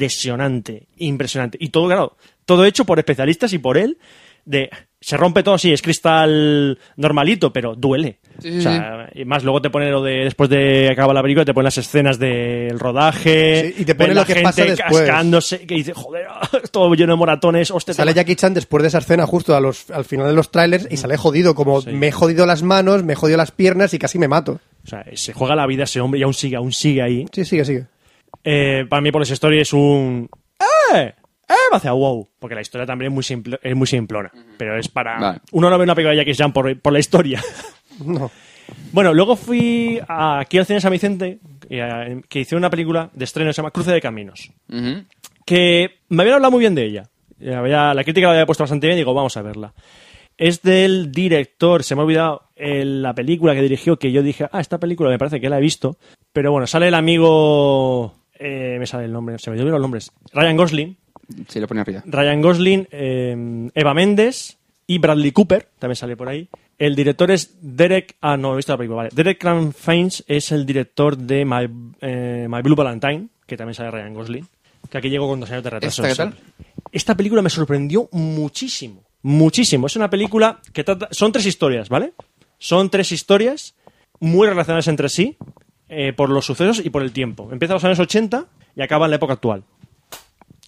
[SPEAKER 2] impresionante, impresionante. Y todo, claro, todo hecho por especialistas y por él, de... Se rompe todo, sí, es cristal normalito, pero duele.
[SPEAKER 4] Sí, sí,
[SPEAKER 2] o sea, y más luego te pone lo de, después de acabar la película, te ponen las escenas del rodaje.
[SPEAKER 3] Sí, y
[SPEAKER 2] ves
[SPEAKER 3] te pone
[SPEAKER 2] la
[SPEAKER 3] lo que
[SPEAKER 2] gente
[SPEAKER 3] pasa después.
[SPEAKER 2] cascando, no sé, que dice, joder, todo lleno de moratones, hostia.
[SPEAKER 4] Este
[SPEAKER 3] Sale Jackie Chan después de esa escena justo a los, al final de los trailers
[SPEAKER 4] Mm.
[SPEAKER 3] y sale jodido, como me he jodido las manos, me he jodido las piernas y casi me mato.
[SPEAKER 2] O sea, se juega la vida ese hombre y aún sigue, aún sigue ahí.
[SPEAKER 3] Sí, sigue, sigue.
[SPEAKER 2] Eh, para mí, por esa historia es un... ¡Eh! ¡Eh! Me hace wow. Porque la historia también es muy, simple, es muy simplona. Pero es para...
[SPEAKER 4] Vale.
[SPEAKER 2] Uno no ve una película de Jackie Chan por, por la historia.
[SPEAKER 3] No.
[SPEAKER 2] bueno, luego fui a- aquí al cine San Vicente, y a- que hicieron una película de estreno que se llama Cruce de Caminos.
[SPEAKER 4] Ujú.
[SPEAKER 2] que me habían hablado muy bien de ella. Eh, había- la crítica la había puesto bastante bien y digo, vamos a verla. Es del director, se me ha olvidado eh, la película que dirigió, que yo dije, ah, esta película me parece que la he visto. Pero bueno, sale el amigo... eh, me sale el nombre, se me olvidaron los nombres. Ryan Gosling.
[SPEAKER 4] Sí, lo pone arriba.
[SPEAKER 2] Ryan Gosling, eh, Eva Méndez y Bradley Cooper, también sale por ahí. El director es Derek... Ah, no, he visto la película, vale. Derek Cranfains es el director de My, eh, My Blue Valentine, que también sale Ryan Gosling. Que aquí llego con dos años de retraso.
[SPEAKER 4] ¿Esta qué tal?
[SPEAKER 2] Esta película me sorprendió muchísimo. Muchísimo. Es una película que trata. Son tres historias, ¿vale? Son tres historias muy relacionadas entre sí eh, por los sucesos y por el tiempo. Empieza en los años 80 y acaba en la época actual.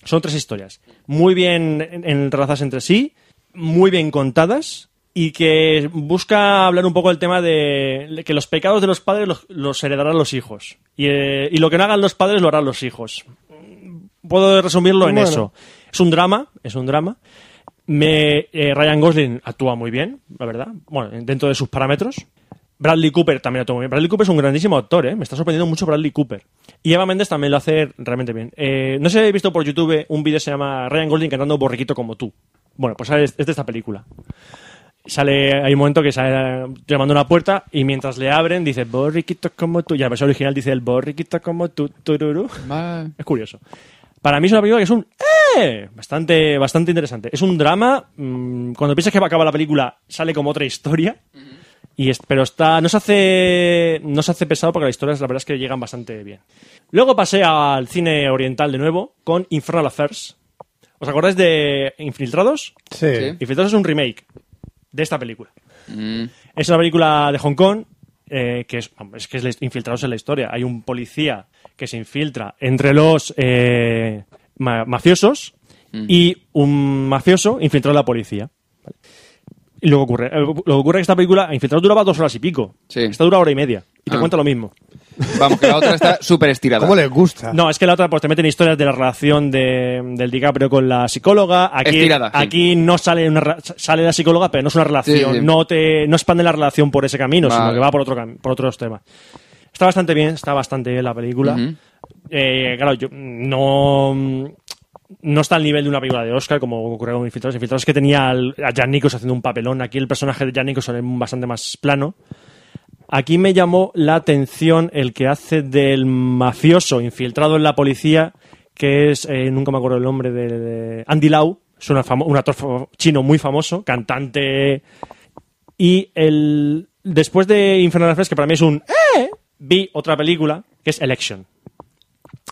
[SPEAKER 2] Son tres historias. Muy bien en- entrelazadas entre sí, muy bien contadas y que busca hablar un poco del tema de que los pecados de los padres los, los heredarán los hijos. Y, eh, y lo que no hagan los padres lo harán los hijos puedo resumirlo en
[SPEAKER 3] Bueno.
[SPEAKER 2] eso. Es un drama, es un drama. Me, eh, Ryan Gosling actúa muy bien, la verdad. Bueno, dentro de sus parámetros. Bradley Cooper también actúa muy bien. Bradley Cooper es un grandísimo actor, ¿eh? Me está sorprendiendo mucho Bradley Cooper. Y Eva Méndez también lo hace realmente bien. Eh, no sé si habéis visto por YouTube un vídeo que se llama Ryan Gosling cantando Borriquito como tú. Bueno, pues es es de esta película sale hay un momento que sale llamando a una puerta y mientras le abren dice borriquito como tú y la versión original dice el borriquito como tú tururú
[SPEAKER 4] Vale.
[SPEAKER 2] es curioso para mí es una película que es un ¡eh! bastante bastante interesante es un drama mm, cuando piensas que va a acabar la película sale como otra historia y es- pero está no se hace no se hace pesado porque las historias la verdad es que llegan bastante bien luego pasé al cine oriental de nuevo con Infernal Affairs ¿os acordáis de Infiltrados?
[SPEAKER 3] Sí.
[SPEAKER 4] Sí.
[SPEAKER 2] Infiltrados es un remake de esta película
[SPEAKER 4] Mm.
[SPEAKER 2] es una película de Hong Kong eh, que es, es que es la- infiltrados en la historia. Hay un policía que se infiltra entre los eh, ma- mafiosos y un mafioso infiltrado en la policía. Vale. Y luego ocurre, eh, lo que ocurre es que esta película, Infiltrados duraba dos horas y pico.
[SPEAKER 4] Sí.
[SPEAKER 2] Esta dura hora y media. Y te
[SPEAKER 4] Ah.
[SPEAKER 2] cuenta lo mismo.
[SPEAKER 4] Vamos, que la otra está súper estirada.
[SPEAKER 3] ¿Cómo les gusta?
[SPEAKER 2] No, es que la otra pues te meten historias de la relación de, del DiCaprio con la psicóloga. Aquí,
[SPEAKER 4] Estirada, sí.
[SPEAKER 2] aquí no sale una ra- sale la psicóloga, pero no es una relación.
[SPEAKER 4] Sí, sí.
[SPEAKER 2] No te no expande la relación por ese camino, sino
[SPEAKER 4] Vale.
[SPEAKER 2] que va por otro cam- por otros temas. Está bastante bien, está bastante bien la película.
[SPEAKER 4] Ujú.
[SPEAKER 2] Eh, claro, yo no no está al nivel de una película de Oscar como ocurrió con Infiltrados. Infiltrados que tenía al- a Jan Nicholson haciendo un papelón. Aquí el personaje de Jan Nicholson es bastante más plano. Aquí me llamó la atención el que hace del mafioso infiltrado en la policía, que es, eh, nunca me acuerdo el nombre, de, de Andy Lau, es una famo- un actor famo- chino muy famoso, cantante. Y el después de Infernal Affairs, que para mí es un... ¡Eh! Vi otra película, que es Election.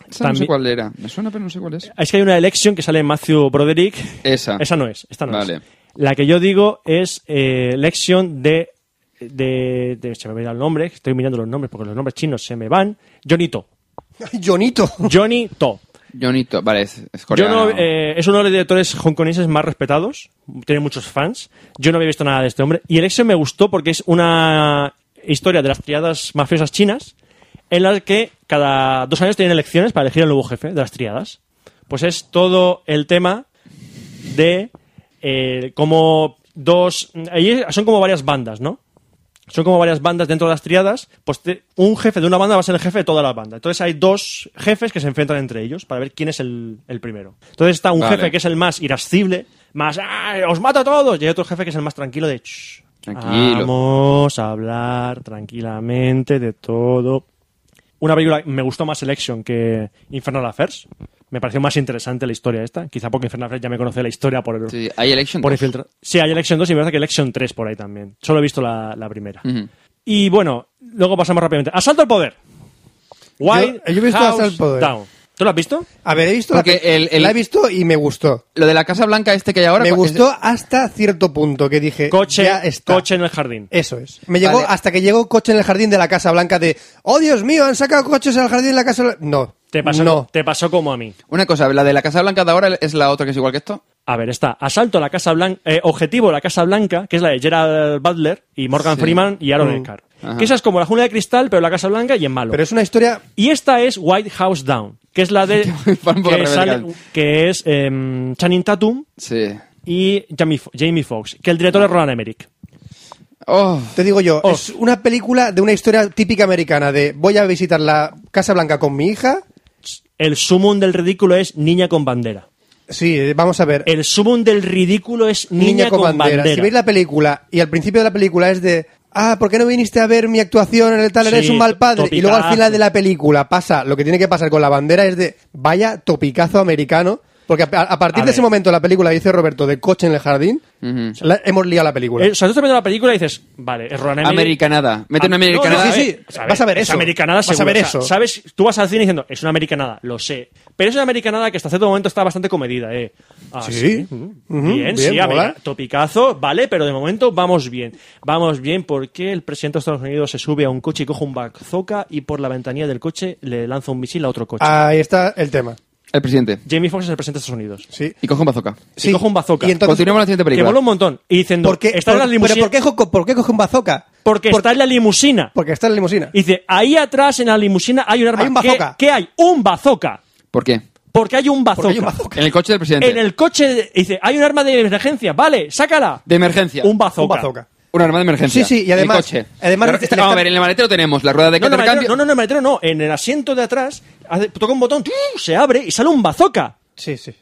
[SPEAKER 4] Esa no sé
[SPEAKER 2] También-
[SPEAKER 4] cuál era. Me suena, pero no sé cuál es.
[SPEAKER 2] Es que hay una Election que sale en Matthew Broderick.
[SPEAKER 4] Esa.
[SPEAKER 2] Esa no es, esta no
[SPEAKER 4] Vale.
[SPEAKER 2] es. La que yo digo es eh, Election de de, de- se me olvida el nombre, estoy mirando los nombres porque los nombres chinos se me van. Johnny To.
[SPEAKER 3] Jonito.
[SPEAKER 2] Johnny To.
[SPEAKER 4] Jonito, vale, es, es
[SPEAKER 2] Yo
[SPEAKER 4] coreano.
[SPEAKER 2] no, eh, es uno de los directores hongkoneses más respetados, tiene muchos fans. Yo no había visto nada de este hombre. Y el Exo me gustó porque es una historia de las triadas mafiosas chinas en la que cada dos años tienen elecciones para elegir el nuevo jefe de las triadas. Pues es todo el tema de eh, como dos... ahí Son como varias bandas, ¿no? son como varias bandas dentro de las triadas, pues te- un jefe de una banda va a ser el jefe de toda la banda. Entonces hay dos jefes que se enfrentan entre ellos para ver quién es el, el primero. Entonces está un
[SPEAKER 4] Vale.
[SPEAKER 2] jefe que es el más irascible, más "¡Ah, ¡os mato a todos! Y hay otro jefe que es el más tranquilo de "Shh,
[SPEAKER 4] Tranquilo.
[SPEAKER 2] Vamos a hablar tranquilamente de todo. Una película, me gustó más Selection que Infernal Affairs. Me pareció más interesante la historia esta. Quizá porque Infernal Affairs ya me conoce la historia por el,
[SPEAKER 4] Sí, hay Election.
[SPEAKER 2] por
[SPEAKER 4] dos.
[SPEAKER 2] infiltra- Sí, hay Election 2 y me parece que Election 3 por ahí también. Solo he visto la, la primera.
[SPEAKER 4] Ujú.
[SPEAKER 2] Y bueno, luego pasamos rápidamente. Asalto al poder. White
[SPEAKER 3] Yo- yo he visto
[SPEAKER 2] House
[SPEAKER 3] Asalto al poder.
[SPEAKER 2] Down. ¿Tú lo has visto?
[SPEAKER 3] A ver, he visto.
[SPEAKER 4] Porque
[SPEAKER 3] la, pe-
[SPEAKER 4] el- el-
[SPEAKER 3] la he visto y me gustó.
[SPEAKER 4] Lo de la Casa Blanca este que hay ahora.
[SPEAKER 3] Me
[SPEAKER 4] es-
[SPEAKER 3] gustó hasta cierto punto que dije.
[SPEAKER 2] Coche,
[SPEAKER 3] Eh, ya está. Eh,
[SPEAKER 2] coche en el jardín.
[SPEAKER 3] Eso es. Me llegó
[SPEAKER 4] Vale.
[SPEAKER 3] hasta que llegó coche en el jardín de la Casa Blanca de. ¡Oh, Dios mío! Han sacado coches al jardín de la Casa Blanca. No.
[SPEAKER 2] Te pasó,
[SPEAKER 3] No.
[SPEAKER 2] te pasó como a mí.
[SPEAKER 4] Una cosa, la de la Casa Blanca de ahora es la otra que es igual que esto.
[SPEAKER 2] A ver, está Asalto a la Casa Blanca, eh, Objetivo a la Casa Blanca, que es la de Gerald Butler y Morgan
[SPEAKER 4] Sí.
[SPEAKER 2] Freeman y Aaron
[SPEAKER 3] Mm.
[SPEAKER 2] Eckhart.
[SPEAKER 4] Ajá.
[SPEAKER 2] Que esa es como la jungla de cristal, pero la Casa Blanca y en malo.
[SPEAKER 3] Pero es una historia.
[SPEAKER 2] Y esta es White House Down, que es la de.
[SPEAKER 4] Van por
[SPEAKER 2] que,
[SPEAKER 4] la
[SPEAKER 2] sale-
[SPEAKER 4] rebelde.
[SPEAKER 2] que es em, Channing Tatum
[SPEAKER 4] Sí.
[SPEAKER 2] y Jamie, Fo- Jamie Foxx, que el director es Roland Emmerich.
[SPEAKER 4] Oh,
[SPEAKER 3] Te digo yo,
[SPEAKER 2] Oh.
[SPEAKER 3] es una película de una historia típica americana de voy a visitar la Casa Blanca con mi hija.
[SPEAKER 2] El sumum del ridículo es Niña con bandera.
[SPEAKER 3] Sí, eh, vamos a ver.
[SPEAKER 2] El sumum del ridículo es Niña, con, bandera.
[SPEAKER 3] Si veis la película y al principio de la película es de, ah, ¿por qué no viniste a ver mi actuación en el tal? Eres
[SPEAKER 2] Sí,
[SPEAKER 3] un mal padre. Y luego al
[SPEAKER 2] topicazo.
[SPEAKER 3] final de la película pasa lo que tiene que pasar con la bandera es de, vaya topicazo americano. Porque a, a partir
[SPEAKER 2] A
[SPEAKER 3] de
[SPEAKER 2] ver.
[SPEAKER 3] ese momento la película dice Roberto de coche en el jardín, la- hemos liado la película.
[SPEAKER 2] Eh, o sea, tú estás viendo la película y dices, vale, es Roland Emmerich.
[SPEAKER 4] americanada. Mete una
[SPEAKER 2] Ah, no,
[SPEAKER 4] americanada.
[SPEAKER 2] no,
[SPEAKER 3] sí, sí.
[SPEAKER 2] eh, o sea,
[SPEAKER 3] vas a ver
[SPEAKER 2] es
[SPEAKER 3] eso.
[SPEAKER 2] americanada
[SPEAKER 3] Vas a
[SPEAKER 2] seguro,
[SPEAKER 3] ver
[SPEAKER 2] o sea,
[SPEAKER 3] eso.
[SPEAKER 2] Sabes, tú vas al cine diciendo, es una americanada, lo sé. Pero es una americanada que hasta cierto momento está bastante comedida, eh. Ah,
[SPEAKER 3] Sí.
[SPEAKER 2] mm,
[SPEAKER 3] Ujú,
[SPEAKER 2] bien,
[SPEAKER 3] bien,
[SPEAKER 2] sí,
[SPEAKER 3] mola.
[SPEAKER 2] america- topicazo, vale, pero de momento vamos bien. Vamos bien porque el presidente de Estados Unidos se sube a un coche y coge un bazooka y por la ventanilla del coche le lanza un misil a otro coche.
[SPEAKER 3] Ahí está el tema.
[SPEAKER 4] El presidente.
[SPEAKER 2] Jamie Foxx es el presidente de Estados Unidos.
[SPEAKER 3] Sí.
[SPEAKER 4] Y coge un bazooka.
[SPEAKER 2] Y coge un bazooka.
[SPEAKER 3] Y entonces,
[SPEAKER 4] Continuamos la siguiente
[SPEAKER 2] Que
[SPEAKER 4] película.
[SPEAKER 2] mola un montón. Y diciendo,
[SPEAKER 3] ¿por qué,
[SPEAKER 2] está en la
[SPEAKER 3] por-
[SPEAKER 2] limusina.
[SPEAKER 3] pero ¿por, qué, jo- por qué coge un bazooka?
[SPEAKER 2] Porque
[SPEAKER 3] Por-
[SPEAKER 2] está en la limusina.
[SPEAKER 3] porque está en la limusina.
[SPEAKER 2] Y dice, ahí atrás en la limusina hay un arma.
[SPEAKER 3] Hay un
[SPEAKER 2] ¿Qué-
[SPEAKER 3] bazooka.
[SPEAKER 2] ¿Qué, hay? Un bazooka.
[SPEAKER 4] ¿Por qué?
[SPEAKER 2] Porque hay un bazooka.
[SPEAKER 3] Porque hay un bazooka.
[SPEAKER 4] En el coche del presidente.
[SPEAKER 2] En el coche de- dice, hay un arma de emergencia. Vale, sácala.
[SPEAKER 4] De emergencia.
[SPEAKER 2] Un bazooka.
[SPEAKER 3] Un bazooka.
[SPEAKER 4] Un arma de emergencia.
[SPEAKER 3] Sí, sí, y
[SPEAKER 4] En el
[SPEAKER 3] además-
[SPEAKER 4] coche.
[SPEAKER 3] además-
[SPEAKER 4] La- está- vamos a ver, en el maletero tenemos la rueda de
[SPEAKER 2] No, no,
[SPEAKER 4] cambio.
[SPEAKER 2] maletero- no, no, no, maletero no. En el asiento de atrás hace- toca un botón, ¡tiu! se abre y sale un bazooka.
[SPEAKER 3] Sí, sí.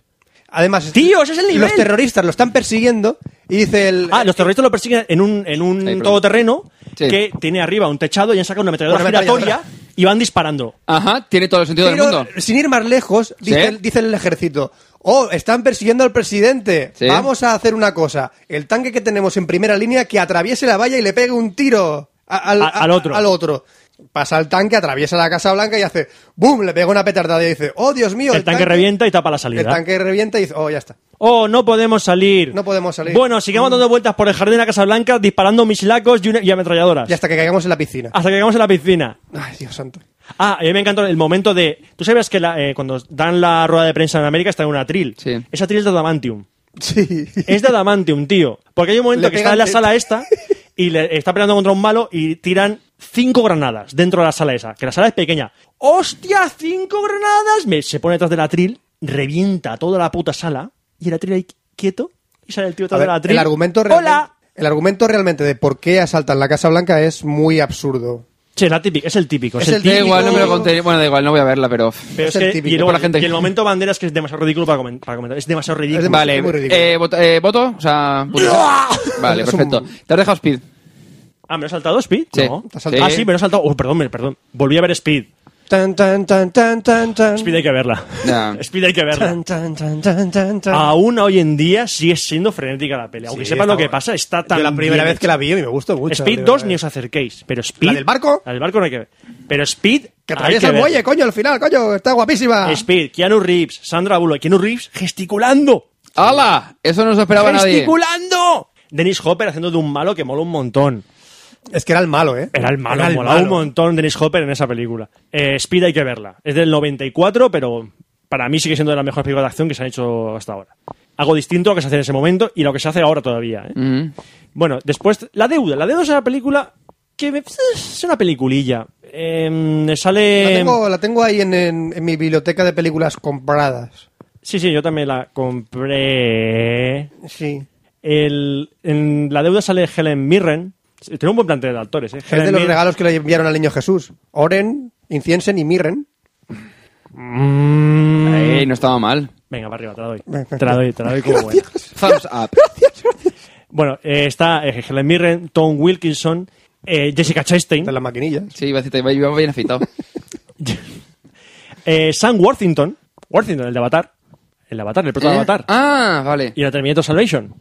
[SPEAKER 3] Además,
[SPEAKER 2] Tío, ese es el nivel.
[SPEAKER 3] los terroristas lo están persiguiendo y dice el...
[SPEAKER 2] Ah, los terroristas lo persiguen en un, en un
[SPEAKER 4] Ahí, perdón.
[SPEAKER 2] todoterreno
[SPEAKER 4] Sí.
[SPEAKER 2] que tiene arriba un techado y han sacado una ametralladora
[SPEAKER 3] Una ametralladora.
[SPEAKER 2] giratoria y van disparando.
[SPEAKER 4] Ajá, tiene todo el sentido
[SPEAKER 3] Pero,
[SPEAKER 4] del mundo.
[SPEAKER 3] sin ir más lejos, dice,
[SPEAKER 4] ¿Sí?
[SPEAKER 3] dice el ejército, oh, están persiguiendo al presidente,
[SPEAKER 4] ¿Sí?
[SPEAKER 3] vamos a hacer una cosa, el tanque que tenemos en primera línea que atraviese la valla y le pegue un tiro a- al,
[SPEAKER 2] A- al
[SPEAKER 3] a-
[SPEAKER 2] otro.
[SPEAKER 3] al otro. Pasa el tanque, atraviesa la Casa Blanca y hace, ¡boom!, le pega una petardada y dice, ¡oh, Dios mío!
[SPEAKER 2] El, tanque, revienta y tapa la salida.
[SPEAKER 3] El tanque revienta y dice, ¡oh, ya está!
[SPEAKER 2] Oh, no podemos salir.
[SPEAKER 3] No podemos salir. Mm.
[SPEAKER 2] Bueno, sigamos dando vueltas por el jardín de la Casa Blanca disparando misilacos y, una- y ametralladoras.
[SPEAKER 3] Y hasta que caigamos en la piscina.
[SPEAKER 2] Hasta que llegamos a la piscina.
[SPEAKER 3] Ay, Dios santo.
[SPEAKER 2] Ah, a mí me encantó el momento de. Tú sabes que la- eh, cuando dan la rueda de prensa en América está en una atril.
[SPEAKER 4] Sí.
[SPEAKER 2] Esa atril es de Adamantium.
[SPEAKER 3] Sí.
[SPEAKER 2] Es de Adamantium, tío. Porque hay un momento
[SPEAKER 3] Le
[SPEAKER 2] que está
[SPEAKER 3] pegan
[SPEAKER 2] en la
[SPEAKER 3] de-
[SPEAKER 2] sala esta y le está peleando contra un malo y tiran cinco granadas dentro de la sala esa. Que la sala es pequeña. ¡Hostia! ¡Cinco granadas! Me- se pone detrás del atril, revienta toda la puta sala y el atril ahí quieto y sale el tío
[SPEAKER 3] A
[SPEAKER 2] detrás
[SPEAKER 3] ver,
[SPEAKER 2] del atril.
[SPEAKER 3] el argumento realmente,
[SPEAKER 2] ¡Hola!
[SPEAKER 3] el argumento realmente de por qué asaltan la Casa Blanca es muy absurdo.
[SPEAKER 2] Sí, es, la típica- es el típico. Es,
[SPEAKER 3] Es
[SPEAKER 2] el
[SPEAKER 3] el
[SPEAKER 4] Da
[SPEAKER 2] típico.
[SPEAKER 3] típico-
[SPEAKER 4] igual, no me lo conté. Bueno, da igual, no voy a verla, pero.
[SPEAKER 2] Pero
[SPEAKER 3] Es
[SPEAKER 2] es
[SPEAKER 3] el
[SPEAKER 2] que-
[SPEAKER 3] típico.
[SPEAKER 2] y, luego-
[SPEAKER 4] Por la gente.
[SPEAKER 2] y el momento banderas que es demasiado ridículo para, comen- para comentar. Es demasiado ridículo.
[SPEAKER 3] demasiado-
[SPEAKER 4] Vale,
[SPEAKER 3] es muy ridículo.
[SPEAKER 4] eh, voto, eh, ¿voto? O sea. puto. Vale,
[SPEAKER 3] Es un-
[SPEAKER 4] perfecto. ¿Te has dejado Speed?
[SPEAKER 2] Ah, ¿me lo he saltado, Speed?
[SPEAKER 4] Sí.
[SPEAKER 2] No.
[SPEAKER 4] Te has saltado.
[SPEAKER 2] Ah, sí, me lo he saltado. Oh, perdón, me- perdón. Volví a ver Speed.
[SPEAKER 3] Tan, tan, tan, tan, tan, tan.
[SPEAKER 2] Speed hay que verla.
[SPEAKER 4] Ya.
[SPEAKER 2] Speed hay que verla.
[SPEAKER 3] Tan, tan, tan, tan, tan, tan.
[SPEAKER 2] Aún hoy en día sigue siendo frenética la pelea. Aunque
[SPEAKER 3] Sí,
[SPEAKER 2] sepas lo
[SPEAKER 3] está-
[SPEAKER 2] que pasa, está tan.
[SPEAKER 3] Yo la primera
[SPEAKER 2] bien
[SPEAKER 3] vez que la vi y me gustó
[SPEAKER 2] hecha.
[SPEAKER 3] mucho.
[SPEAKER 2] Speed
[SPEAKER 3] la
[SPEAKER 2] 2
[SPEAKER 3] primera
[SPEAKER 2] ni
[SPEAKER 3] vez.
[SPEAKER 2] os acerquéis. Pero Speed.
[SPEAKER 3] ¿La del barco?
[SPEAKER 2] La del barco no hay que ver. Pero Speed.
[SPEAKER 3] Que
[SPEAKER 2] hay
[SPEAKER 3] atraviesa el
[SPEAKER 2] verla.
[SPEAKER 3] muelle, coño, al final, coño, está guapísima.
[SPEAKER 2] Speed, Keanu Reeves, Sandra Bullock. Keanu Reeves gesticulando.
[SPEAKER 4] ¡Hala! Eso no se esperaba nadie.
[SPEAKER 2] ¡Gesticulando! Dennis Hopper haciendo de un malo que mola un montón.
[SPEAKER 3] Es que era el malo, ¿eh?
[SPEAKER 2] Era el malo, molaba
[SPEAKER 3] malo.
[SPEAKER 2] un montón Dennis Hopper en esa película. Eh, Speed hay que verla. Es del 94, pero para mí sigue siendo de las mejores películas de acción que se han hecho hasta ahora. Algo distinto a lo que se hace en ese momento y lo que se hace ahora todavía. ¿eh?
[SPEAKER 4] Mm.
[SPEAKER 2] Bueno, después, La Deuda. La Deuda es una película que me- es una peliculilla. Eh, sale...
[SPEAKER 3] La tengo, la tengo ahí en, en- en mi biblioteca de películas compradas.
[SPEAKER 2] Sí, sí, yo también la compré.
[SPEAKER 3] Sí.
[SPEAKER 2] El- en La Deuda sale Helen Mirren. Tiene un buen plantel de actores. ¿eh?
[SPEAKER 3] Es
[SPEAKER 2] Helen
[SPEAKER 3] de los
[SPEAKER 2] Mirren-
[SPEAKER 3] regalos que le enviaron al niño Jesús. Oren, Inciensen y Mirren.
[SPEAKER 2] Mm.
[SPEAKER 4] Ey, no estaba mal.
[SPEAKER 2] Venga, para arriba, te la doy.
[SPEAKER 3] Venga.
[SPEAKER 2] Te la doy, te la doy como buena.
[SPEAKER 4] Thumbs up.
[SPEAKER 2] Bueno, eh, está eh, Helen Mirren, Tom Wilkinson, eh, Jessica Chastain,
[SPEAKER 3] De las maquinillas.
[SPEAKER 4] Sí, iba a decir, iba- iba bien afeitado.
[SPEAKER 2] eh, Sam Worthington, Worthington, el de Avatar, el de Avatar, el prota de
[SPEAKER 4] ¿Eh?
[SPEAKER 2] Avatar,
[SPEAKER 4] Ah, vale.
[SPEAKER 2] y la Terminator Salvation.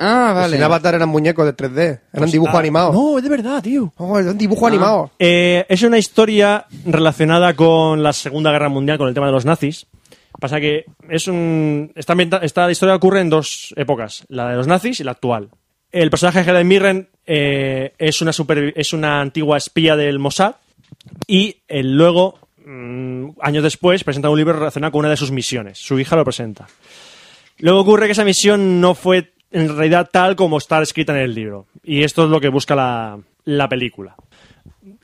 [SPEAKER 4] Ah,
[SPEAKER 3] Vale.
[SPEAKER 4] vale.
[SPEAKER 3] Sin Pues Avatar eran muñecos de 3D. Eran dibujo
[SPEAKER 2] Ah,
[SPEAKER 3] animado.
[SPEAKER 2] No, es de verdad, tío.
[SPEAKER 3] Oh, era un dibujo animado.
[SPEAKER 2] Eh, es una historia relacionada con la Segunda Guerra Mundial, con el tema de los nazis. Pasa que es un esta, ambienta- esta historia ocurre en dos épocas, la de los nazis y la actual. El personaje de Helen Mirren eh, es, una supervi- es una antigua espía del Mossad y eh, luego, mm, años después, presenta un libro relacionado con una de sus misiones. Su hija lo presenta. Luego ocurre que esa misión no fue en realidad tal como está escrita en el libro. Y esto es lo que busca la, la película.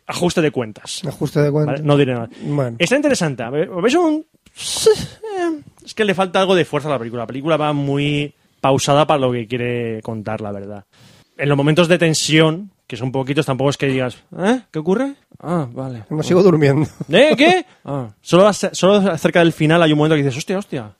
[SPEAKER 2] Ajuste de cuentas.
[SPEAKER 3] Ajuste de cuenta.
[SPEAKER 2] ¿vale? No diré nada.
[SPEAKER 3] Bueno.
[SPEAKER 2] Está interesante. A ver, ¿Veis un...? Es que le falta algo de fuerza a la película. La película va muy pausada para lo que quiere contar, la verdad. En los momentos de tensión, que son poquitos, tampoco es que digas... ¿Eh? ¿Qué ocurre? Ah, vale.
[SPEAKER 3] No sigo durmiendo.
[SPEAKER 2] ¿Eh? ¿Qué? Solo, ac- solo cerca del final hay un momento que dices, hostia, hostia.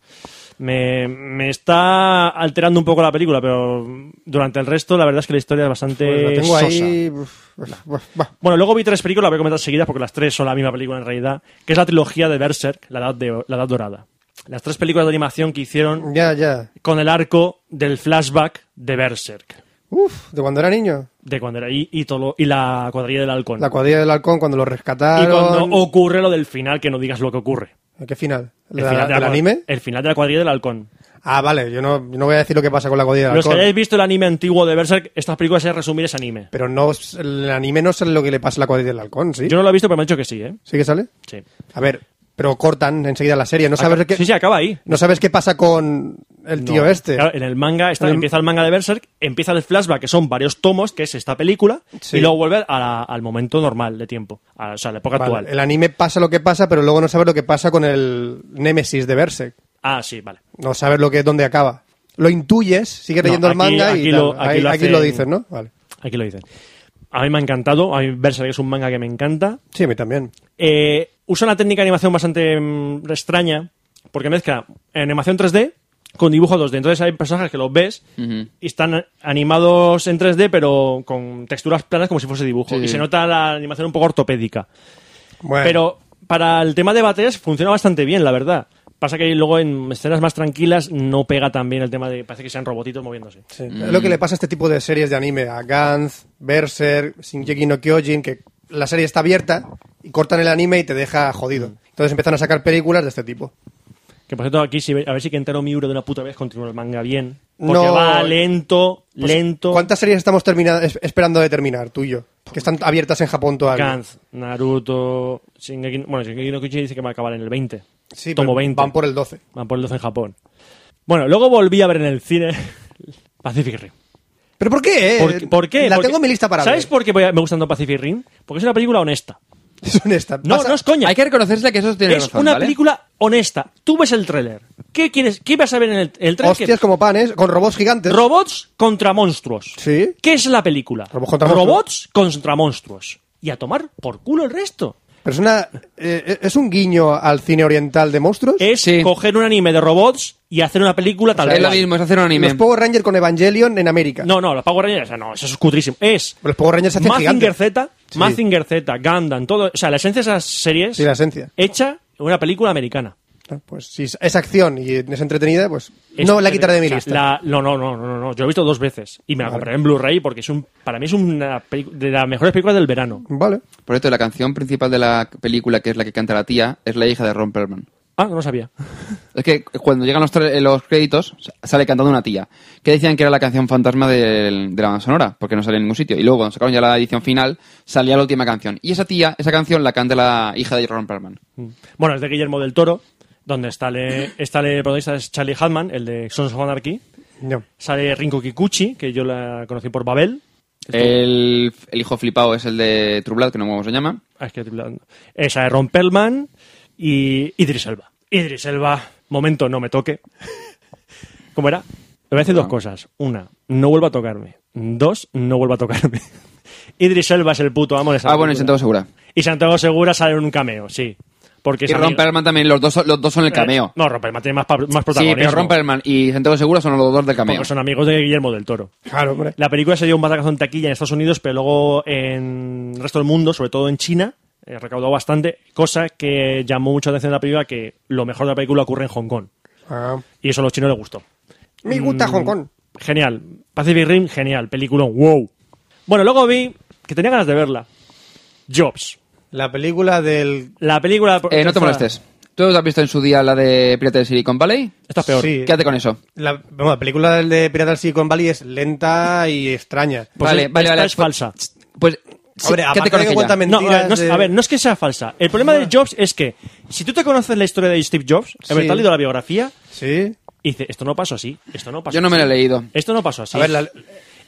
[SPEAKER 2] Me, me está alterando un poco la película, pero durante el resto la verdad es que la historia es bastante
[SPEAKER 3] Pues la tengo
[SPEAKER 2] sosa.
[SPEAKER 3] ahí. uf, uf, uf, va.
[SPEAKER 2] Bueno, luego vi tres películas, las voy a comentar seguidas porque las tres son la misma película en realidad, que es la trilogía de Berserk, la edad, de- la edad dorada. Las tres películas de animación que hicieron
[SPEAKER 3] Ya, ya.
[SPEAKER 2] con el arco del flashback de Berserk,
[SPEAKER 3] Uf, de cuando era niño.
[SPEAKER 2] de cuando era y, y, todo- y la cuadrilla del halcón.
[SPEAKER 3] La cuadrilla del halcón cuando lo rescataron.
[SPEAKER 2] y cuando ocurre lo del final, que no digas lo que ocurre.
[SPEAKER 3] ¿Qué final?
[SPEAKER 2] El
[SPEAKER 3] ¿La-
[SPEAKER 2] final de la
[SPEAKER 3] ¿Del
[SPEAKER 2] cua-
[SPEAKER 3] anime?
[SPEAKER 2] El final de la cuadrilla del halcón.
[SPEAKER 3] Ah, vale. Yo no, yo no voy a decir lo que pasa con la cuadrilla del
[SPEAKER 2] Los que
[SPEAKER 3] halcón.
[SPEAKER 2] hayáis visto el anime antiguo de Berserk, estas películas es resumir ese anime.
[SPEAKER 3] Pero no, el anime no es lo que le pasa a la cuadrilla del halcón, ¿sí?
[SPEAKER 2] Yo no lo he visto, pero me han dicho que sí, ¿eh?
[SPEAKER 3] ¿Sí que sale?
[SPEAKER 2] Sí.
[SPEAKER 3] A ver, pero cortan enseguida la serie. No sabes, qué,
[SPEAKER 2] Ah, Sí, sí, acaba ahí.
[SPEAKER 3] no sabes qué pasa con el tío
[SPEAKER 2] No.
[SPEAKER 3] este.
[SPEAKER 2] Claro, en el manga está-
[SPEAKER 3] En el-
[SPEAKER 2] empieza el manga de Berserk, empieza el flashback, que son varios tomos, que es esta película,
[SPEAKER 3] Sí.
[SPEAKER 2] y luego vuelve a la- al momento normal de tiempo, a- o sea, a la época
[SPEAKER 3] Vale,
[SPEAKER 2] actual.
[SPEAKER 3] El anime pasa lo que pasa, pero luego no sabes lo que pasa con el Némesis de Berserk.
[SPEAKER 2] Ah, sí, vale.
[SPEAKER 3] No sabes lo que dónde acaba. Lo intuyes, sigues
[SPEAKER 2] No,
[SPEAKER 3] leyendo el
[SPEAKER 2] aquí-
[SPEAKER 3] manga
[SPEAKER 2] aquí
[SPEAKER 3] y
[SPEAKER 2] lo-
[SPEAKER 3] tal.
[SPEAKER 2] aquí
[SPEAKER 3] Ahí-
[SPEAKER 2] lo
[SPEAKER 3] aquí lo
[SPEAKER 2] hacen-
[SPEAKER 3] dices, ¿no? Vale.
[SPEAKER 2] Aquí lo dicen. A mí me ha encantado, a mí Berserk es un manga que me encanta.
[SPEAKER 3] Sí, a mí también.
[SPEAKER 2] Eh, usa una técnica de animación bastante mm, extraña, porque mezcla animación 3D con dibujo 2D. Entonces hay personajes que los ves
[SPEAKER 4] Ujú.
[SPEAKER 2] y están animados en 3D, pero con texturas planas como si fuese dibujo.
[SPEAKER 4] Sí.
[SPEAKER 2] Y se nota la animación un poco ortopédica.
[SPEAKER 3] Bueno,
[SPEAKER 2] Pero para el tema de bates funciona bastante bien, la verdad. Pasa que luego en escenas más tranquilas no pega tan bien el tema de parece que sean robotitos moviéndose.
[SPEAKER 3] sí. es lo que le pasa a este tipo de series de anime. A Gantz, Berserk, Shingeki no Kyojin, que la serie está abierta y cortan el anime y te deja jodido. Entonces empiezan a sacar películas de este tipo.
[SPEAKER 2] Que por cierto, aquí si, ve- a ver si Kentaro Miura de una puta vez continúa el manga bien. Porque
[SPEAKER 3] No.
[SPEAKER 2] va lento,
[SPEAKER 3] Pues,
[SPEAKER 2] lento.
[SPEAKER 3] ¿Cuántas series estamos termina- es- esperando de terminar, tú y yo? Que están abiertas en Japón todavía.
[SPEAKER 2] Gantz, Naruto, Shingeki, bueno, Shingeki no Kyojin dice que va a acabar en el 20.
[SPEAKER 3] Sí,
[SPEAKER 2] Tomo
[SPEAKER 3] pero
[SPEAKER 2] 20.
[SPEAKER 3] Van por el 12.
[SPEAKER 2] Van por el 12 en Japón. Bueno, luego volví a ver en el cine Pacific Rim.
[SPEAKER 3] ¿Pero por qué? eh?
[SPEAKER 2] ¿Por, por qué?
[SPEAKER 3] La
[SPEAKER 2] Porque-
[SPEAKER 3] tengo en mi lista para
[SPEAKER 2] ¿Sabes
[SPEAKER 3] ver.
[SPEAKER 2] por qué voy a- me gusta tanto Pacific Rim? Porque es una película honesta.
[SPEAKER 3] Es honesta.
[SPEAKER 2] No,
[SPEAKER 3] Pasa-
[SPEAKER 2] no es coña.
[SPEAKER 4] Hay que reconocerle que eso tiene
[SPEAKER 2] es
[SPEAKER 4] razón,
[SPEAKER 2] una
[SPEAKER 4] ¿vale?
[SPEAKER 2] película honesta. Tú ves el tráiler. ¿Qué quieres? ¿Qué vas a ver en el, el tráiler?
[SPEAKER 3] Hostias como panes, con robots gigantes.
[SPEAKER 2] Robots contra monstruos.
[SPEAKER 3] Sí.
[SPEAKER 2] ¿Qué es la película?
[SPEAKER 3] Robots contra
[SPEAKER 2] Robots contra monstruos. Y a tomar por culo el resto.
[SPEAKER 3] Pero es una- eh, es un guiño al cine oriental de monstruos.
[SPEAKER 2] Es
[SPEAKER 4] Sí.
[SPEAKER 2] coger un anime de robots y hacer una película tal
[SPEAKER 4] Es lo
[SPEAKER 2] cual.
[SPEAKER 4] mismo, es hacer un anime.
[SPEAKER 3] Los Power Rangers con Evangelion en América.
[SPEAKER 2] No, no, los Power Rangers, no, eso es cutrísimo. Es
[SPEAKER 3] Pero los Power Rangers se hacen
[SPEAKER 2] Mazinger
[SPEAKER 3] gigantes.
[SPEAKER 2] Z,
[SPEAKER 3] Sí.
[SPEAKER 2] Mazinger Z, Gundam, todo. O sea, la esencia de esas series
[SPEAKER 3] Sí, la esencia.
[SPEAKER 2] hecha en una película americana.
[SPEAKER 3] Ah, Pues si es- es acción y es entretenida, pues
[SPEAKER 2] Es
[SPEAKER 3] no la quitaré de mi
[SPEAKER 2] tremendo. O
[SPEAKER 3] lista.
[SPEAKER 2] sea, la- no, no, no, no, no, no. Yo lo he visto dos veces y me la
[SPEAKER 3] Vale.
[SPEAKER 2] compré en Blu-ray porque es un, para mí es una pelicu- de las mejores películas del verano.
[SPEAKER 3] Vale.
[SPEAKER 4] Por cierto, la canción principal de la película, que es la que canta la tía, es la hija de Ron Perlman.
[SPEAKER 2] Ah, no lo sabía.
[SPEAKER 4] Es que cuando llegan los, tre- eh, los créditos sale cantando una tía, que decían que era la canción fantasma del- de, la banda sonora, porque no salía en ningún sitio. Y luego cuando sacaron ya la edición final, salía la última canción. Y esa tía, esa canción la canta la hija de Ron Perlman.
[SPEAKER 2] Mm. Bueno, es de Guillermo del Toro, donde está el, está el protagonista es Charlie Hartman, el de Sons of Anarchy.
[SPEAKER 3] No.
[SPEAKER 2] Sale Rinko Kikuchi, que yo la conocí por Babel.
[SPEAKER 4] El, el hijo flipado es el de True Blood, que no sé cómo se llama.
[SPEAKER 2] Ah, es que estoy hablando. Esa de Ron Perlman y Idris Elba. Idris Elba, momento, no me toque. ¿Cómo era? Le voy a decir dos cosas. Una, no vuelva a tocarme. Dos, no vuelva a tocarme. Idris Elba es el puto amo de esa
[SPEAKER 4] Ah, bueno, y
[SPEAKER 2] película.
[SPEAKER 4] Santiago Segura.
[SPEAKER 2] Y Santiago Segura sale en un cameo, sí. Porque
[SPEAKER 4] Y
[SPEAKER 2] es
[SPEAKER 4] Ron
[SPEAKER 2] amigo-
[SPEAKER 4] Perlman también, los dos, son- los dos son el
[SPEAKER 2] eh,
[SPEAKER 4] cameo.
[SPEAKER 2] no, Ron Perlman tiene más, pa- más
[SPEAKER 4] sí,
[SPEAKER 2] protagonismo.
[SPEAKER 4] pero Ron Perlman y Santiago Segura son los dos del cameo.
[SPEAKER 2] Porque son amigos de Guillermo del Toro.
[SPEAKER 3] Claro, hombre.
[SPEAKER 2] La película se dio un batacazo en taquilla en Estados Unidos, pero luego en el resto del mundo, sobre todo en China, eh, recaudó bastante, cosa que llamó mucha atención de la película, que lo mejor de la película ocurre en Hong Kong.
[SPEAKER 3] Ah.
[SPEAKER 2] Y eso a los chinos les gustó. Mm.
[SPEAKER 3] Me gusta Hong Kong.
[SPEAKER 2] Genial. Pacific Rim, genial. Película, wow. Bueno, luego vi que tenía ganas de verla. Jobs.
[SPEAKER 3] La película del...
[SPEAKER 2] La película...
[SPEAKER 4] Eh, no te molestes. ¿Tú has visto en su día la de Pirata de Silicon Valley?
[SPEAKER 2] Esta es peor.
[SPEAKER 3] Sí.
[SPEAKER 4] Quédate con eso.
[SPEAKER 3] La, bueno, la película del de Piratas del Silicon Valley es lenta y extraña.
[SPEAKER 2] Pues
[SPEAKER 4] vale,
[SPEAKER 2] es-
[SPEAKER 4] vale,
[SPEAKER 2] esta
[SPEAKER 4] vale.
[SPEAKER 2] es falsa.
[SPEAKER 4] Pues, sí,
[SPEAKER 3] Hombre, aparte
[SPEAKER 4] quédate
[SPEAKER 3] de
[SPEAKER 4] con
[SPEAKER 3] que
[SPEAKER 4] aquella.
[SPEAKER 3] cuentan
[SPEAKER 2] No, a
[SPEAKER 3] mentiras
[SPEAKER 2] ver, no es,
[SPEAKER 3] de-
[SPEAKER 2] a ver, no es que sea falsa. El problema de Jobs es que si tú te conoces la historia de Steve Jobs,
[SPEAKER 3] Sí.
[SPEAKER 2] en verdad, leído la biografía,
[SPEAKER 3] Sí.
[SPEAKER 2] y dice, esto no pasó así, esto no pasó
[SPEAKER 4] Yo no me la he
[SPEAKER 2] así.
[SPEAKER 4] leído.
[SPEAKER 2] Esto no pasó así.
[SPEAKER 3] A ver, la-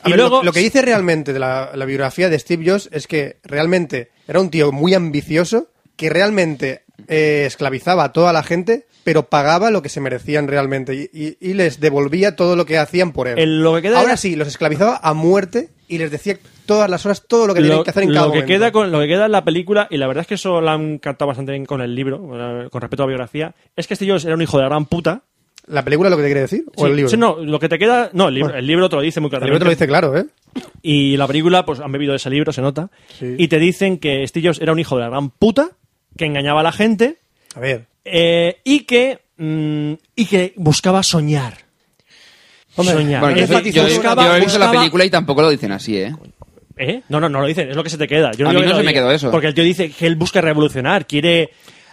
[SPEAKER 3] a
[SPEAKER 2] y
[SPEAKER 3] ver, lo-
[SPEAKER 2] luego,
[SPEAKER 3] lo, que dice realmente de la, la biografía de Steve Jobs es que realmente era un tío muy ambicioso que realmente eh, esclavizaba a toda la gente, pero pagaba lo que se merecían realmente y, y- y les devolvía todo lo que hacían por él.
[SPEAKER 2] El- lo que queda
[SPEAKER 3] Ahora
[SPEAKER 2] era-
[SPEAKER 3] sí, los esclavizaba a muerte y les decía todas las horas todo lo que
[SPEAKER 2] lo,
[SPEAKER 3] tenían que hacer en
[SPEAKER 2] lo
[SPEAKER 3] cada
[SPEAKER 2] que
[SPEAKER 3] momento.
[SPEAKER 2] queda con Lo que queda en la película, y la verdad es que eso lo han cantado bastante bien con el libro, eh, con respecto a la biografía, es que este Jobs era un hijo de la gran puta.
[SPEAKER 3] ¿La película lo que te quiere decir? ¿O
[SPEAKER 2] Sí,
[SPEAKER 3] el libro?
[SPEAKER 2] sí, no, lo que te queda... No, el libro,
[SPEAKER 3] Bueno.
[SPEAKER 2] el libro te lo dice muy
[SPEAKER 3] el
[SPEAKER 2] claramente.
[SPEAKER 3] libro te lo dice claro, ¿eh?
[SPEAKER 2] Y la película, pues han bebido de ese libro, se nota.
[SPEAKER 3] Sí.
[SPEAKER 2] Y te dicen que Steve Jobs era un hijo de la gran puta, que engañaba a la gente,
[SPEAKER 3] A ver.
[SPEAKER 2] eh, y que... mm, y que buscaba soñar. soñar.
[SPEAKER 4] Bueno, yo,
[SPEAKER 2] Es
[SPEAKER 4] soy-
[SPEAKER 2] decir,
[SPEAKER 4] yo-
[SPEAKER 2] buscaba-
[SPEAKER 4] yo he visto la
[SPEAKER 2] buscaba-
[SPEAKER 4] película y tampoco lo dicen así, ¿eh?
[SPEAKER 2] ¿Eh? No, no, no lo dicen, es lo que se te queda. Yo
[SPEAKER 4] A
[SPEAKER 2] digo
[SPEAKER 4] mí
[SPEAKER 2] que lo
[SPEAKER 4] no se me
[SPEAKER 2] diga,
[SPEAKER 4] quedó eso.
[SPEAKER 2] Porque el tío dice que él busca revolucionar, quiere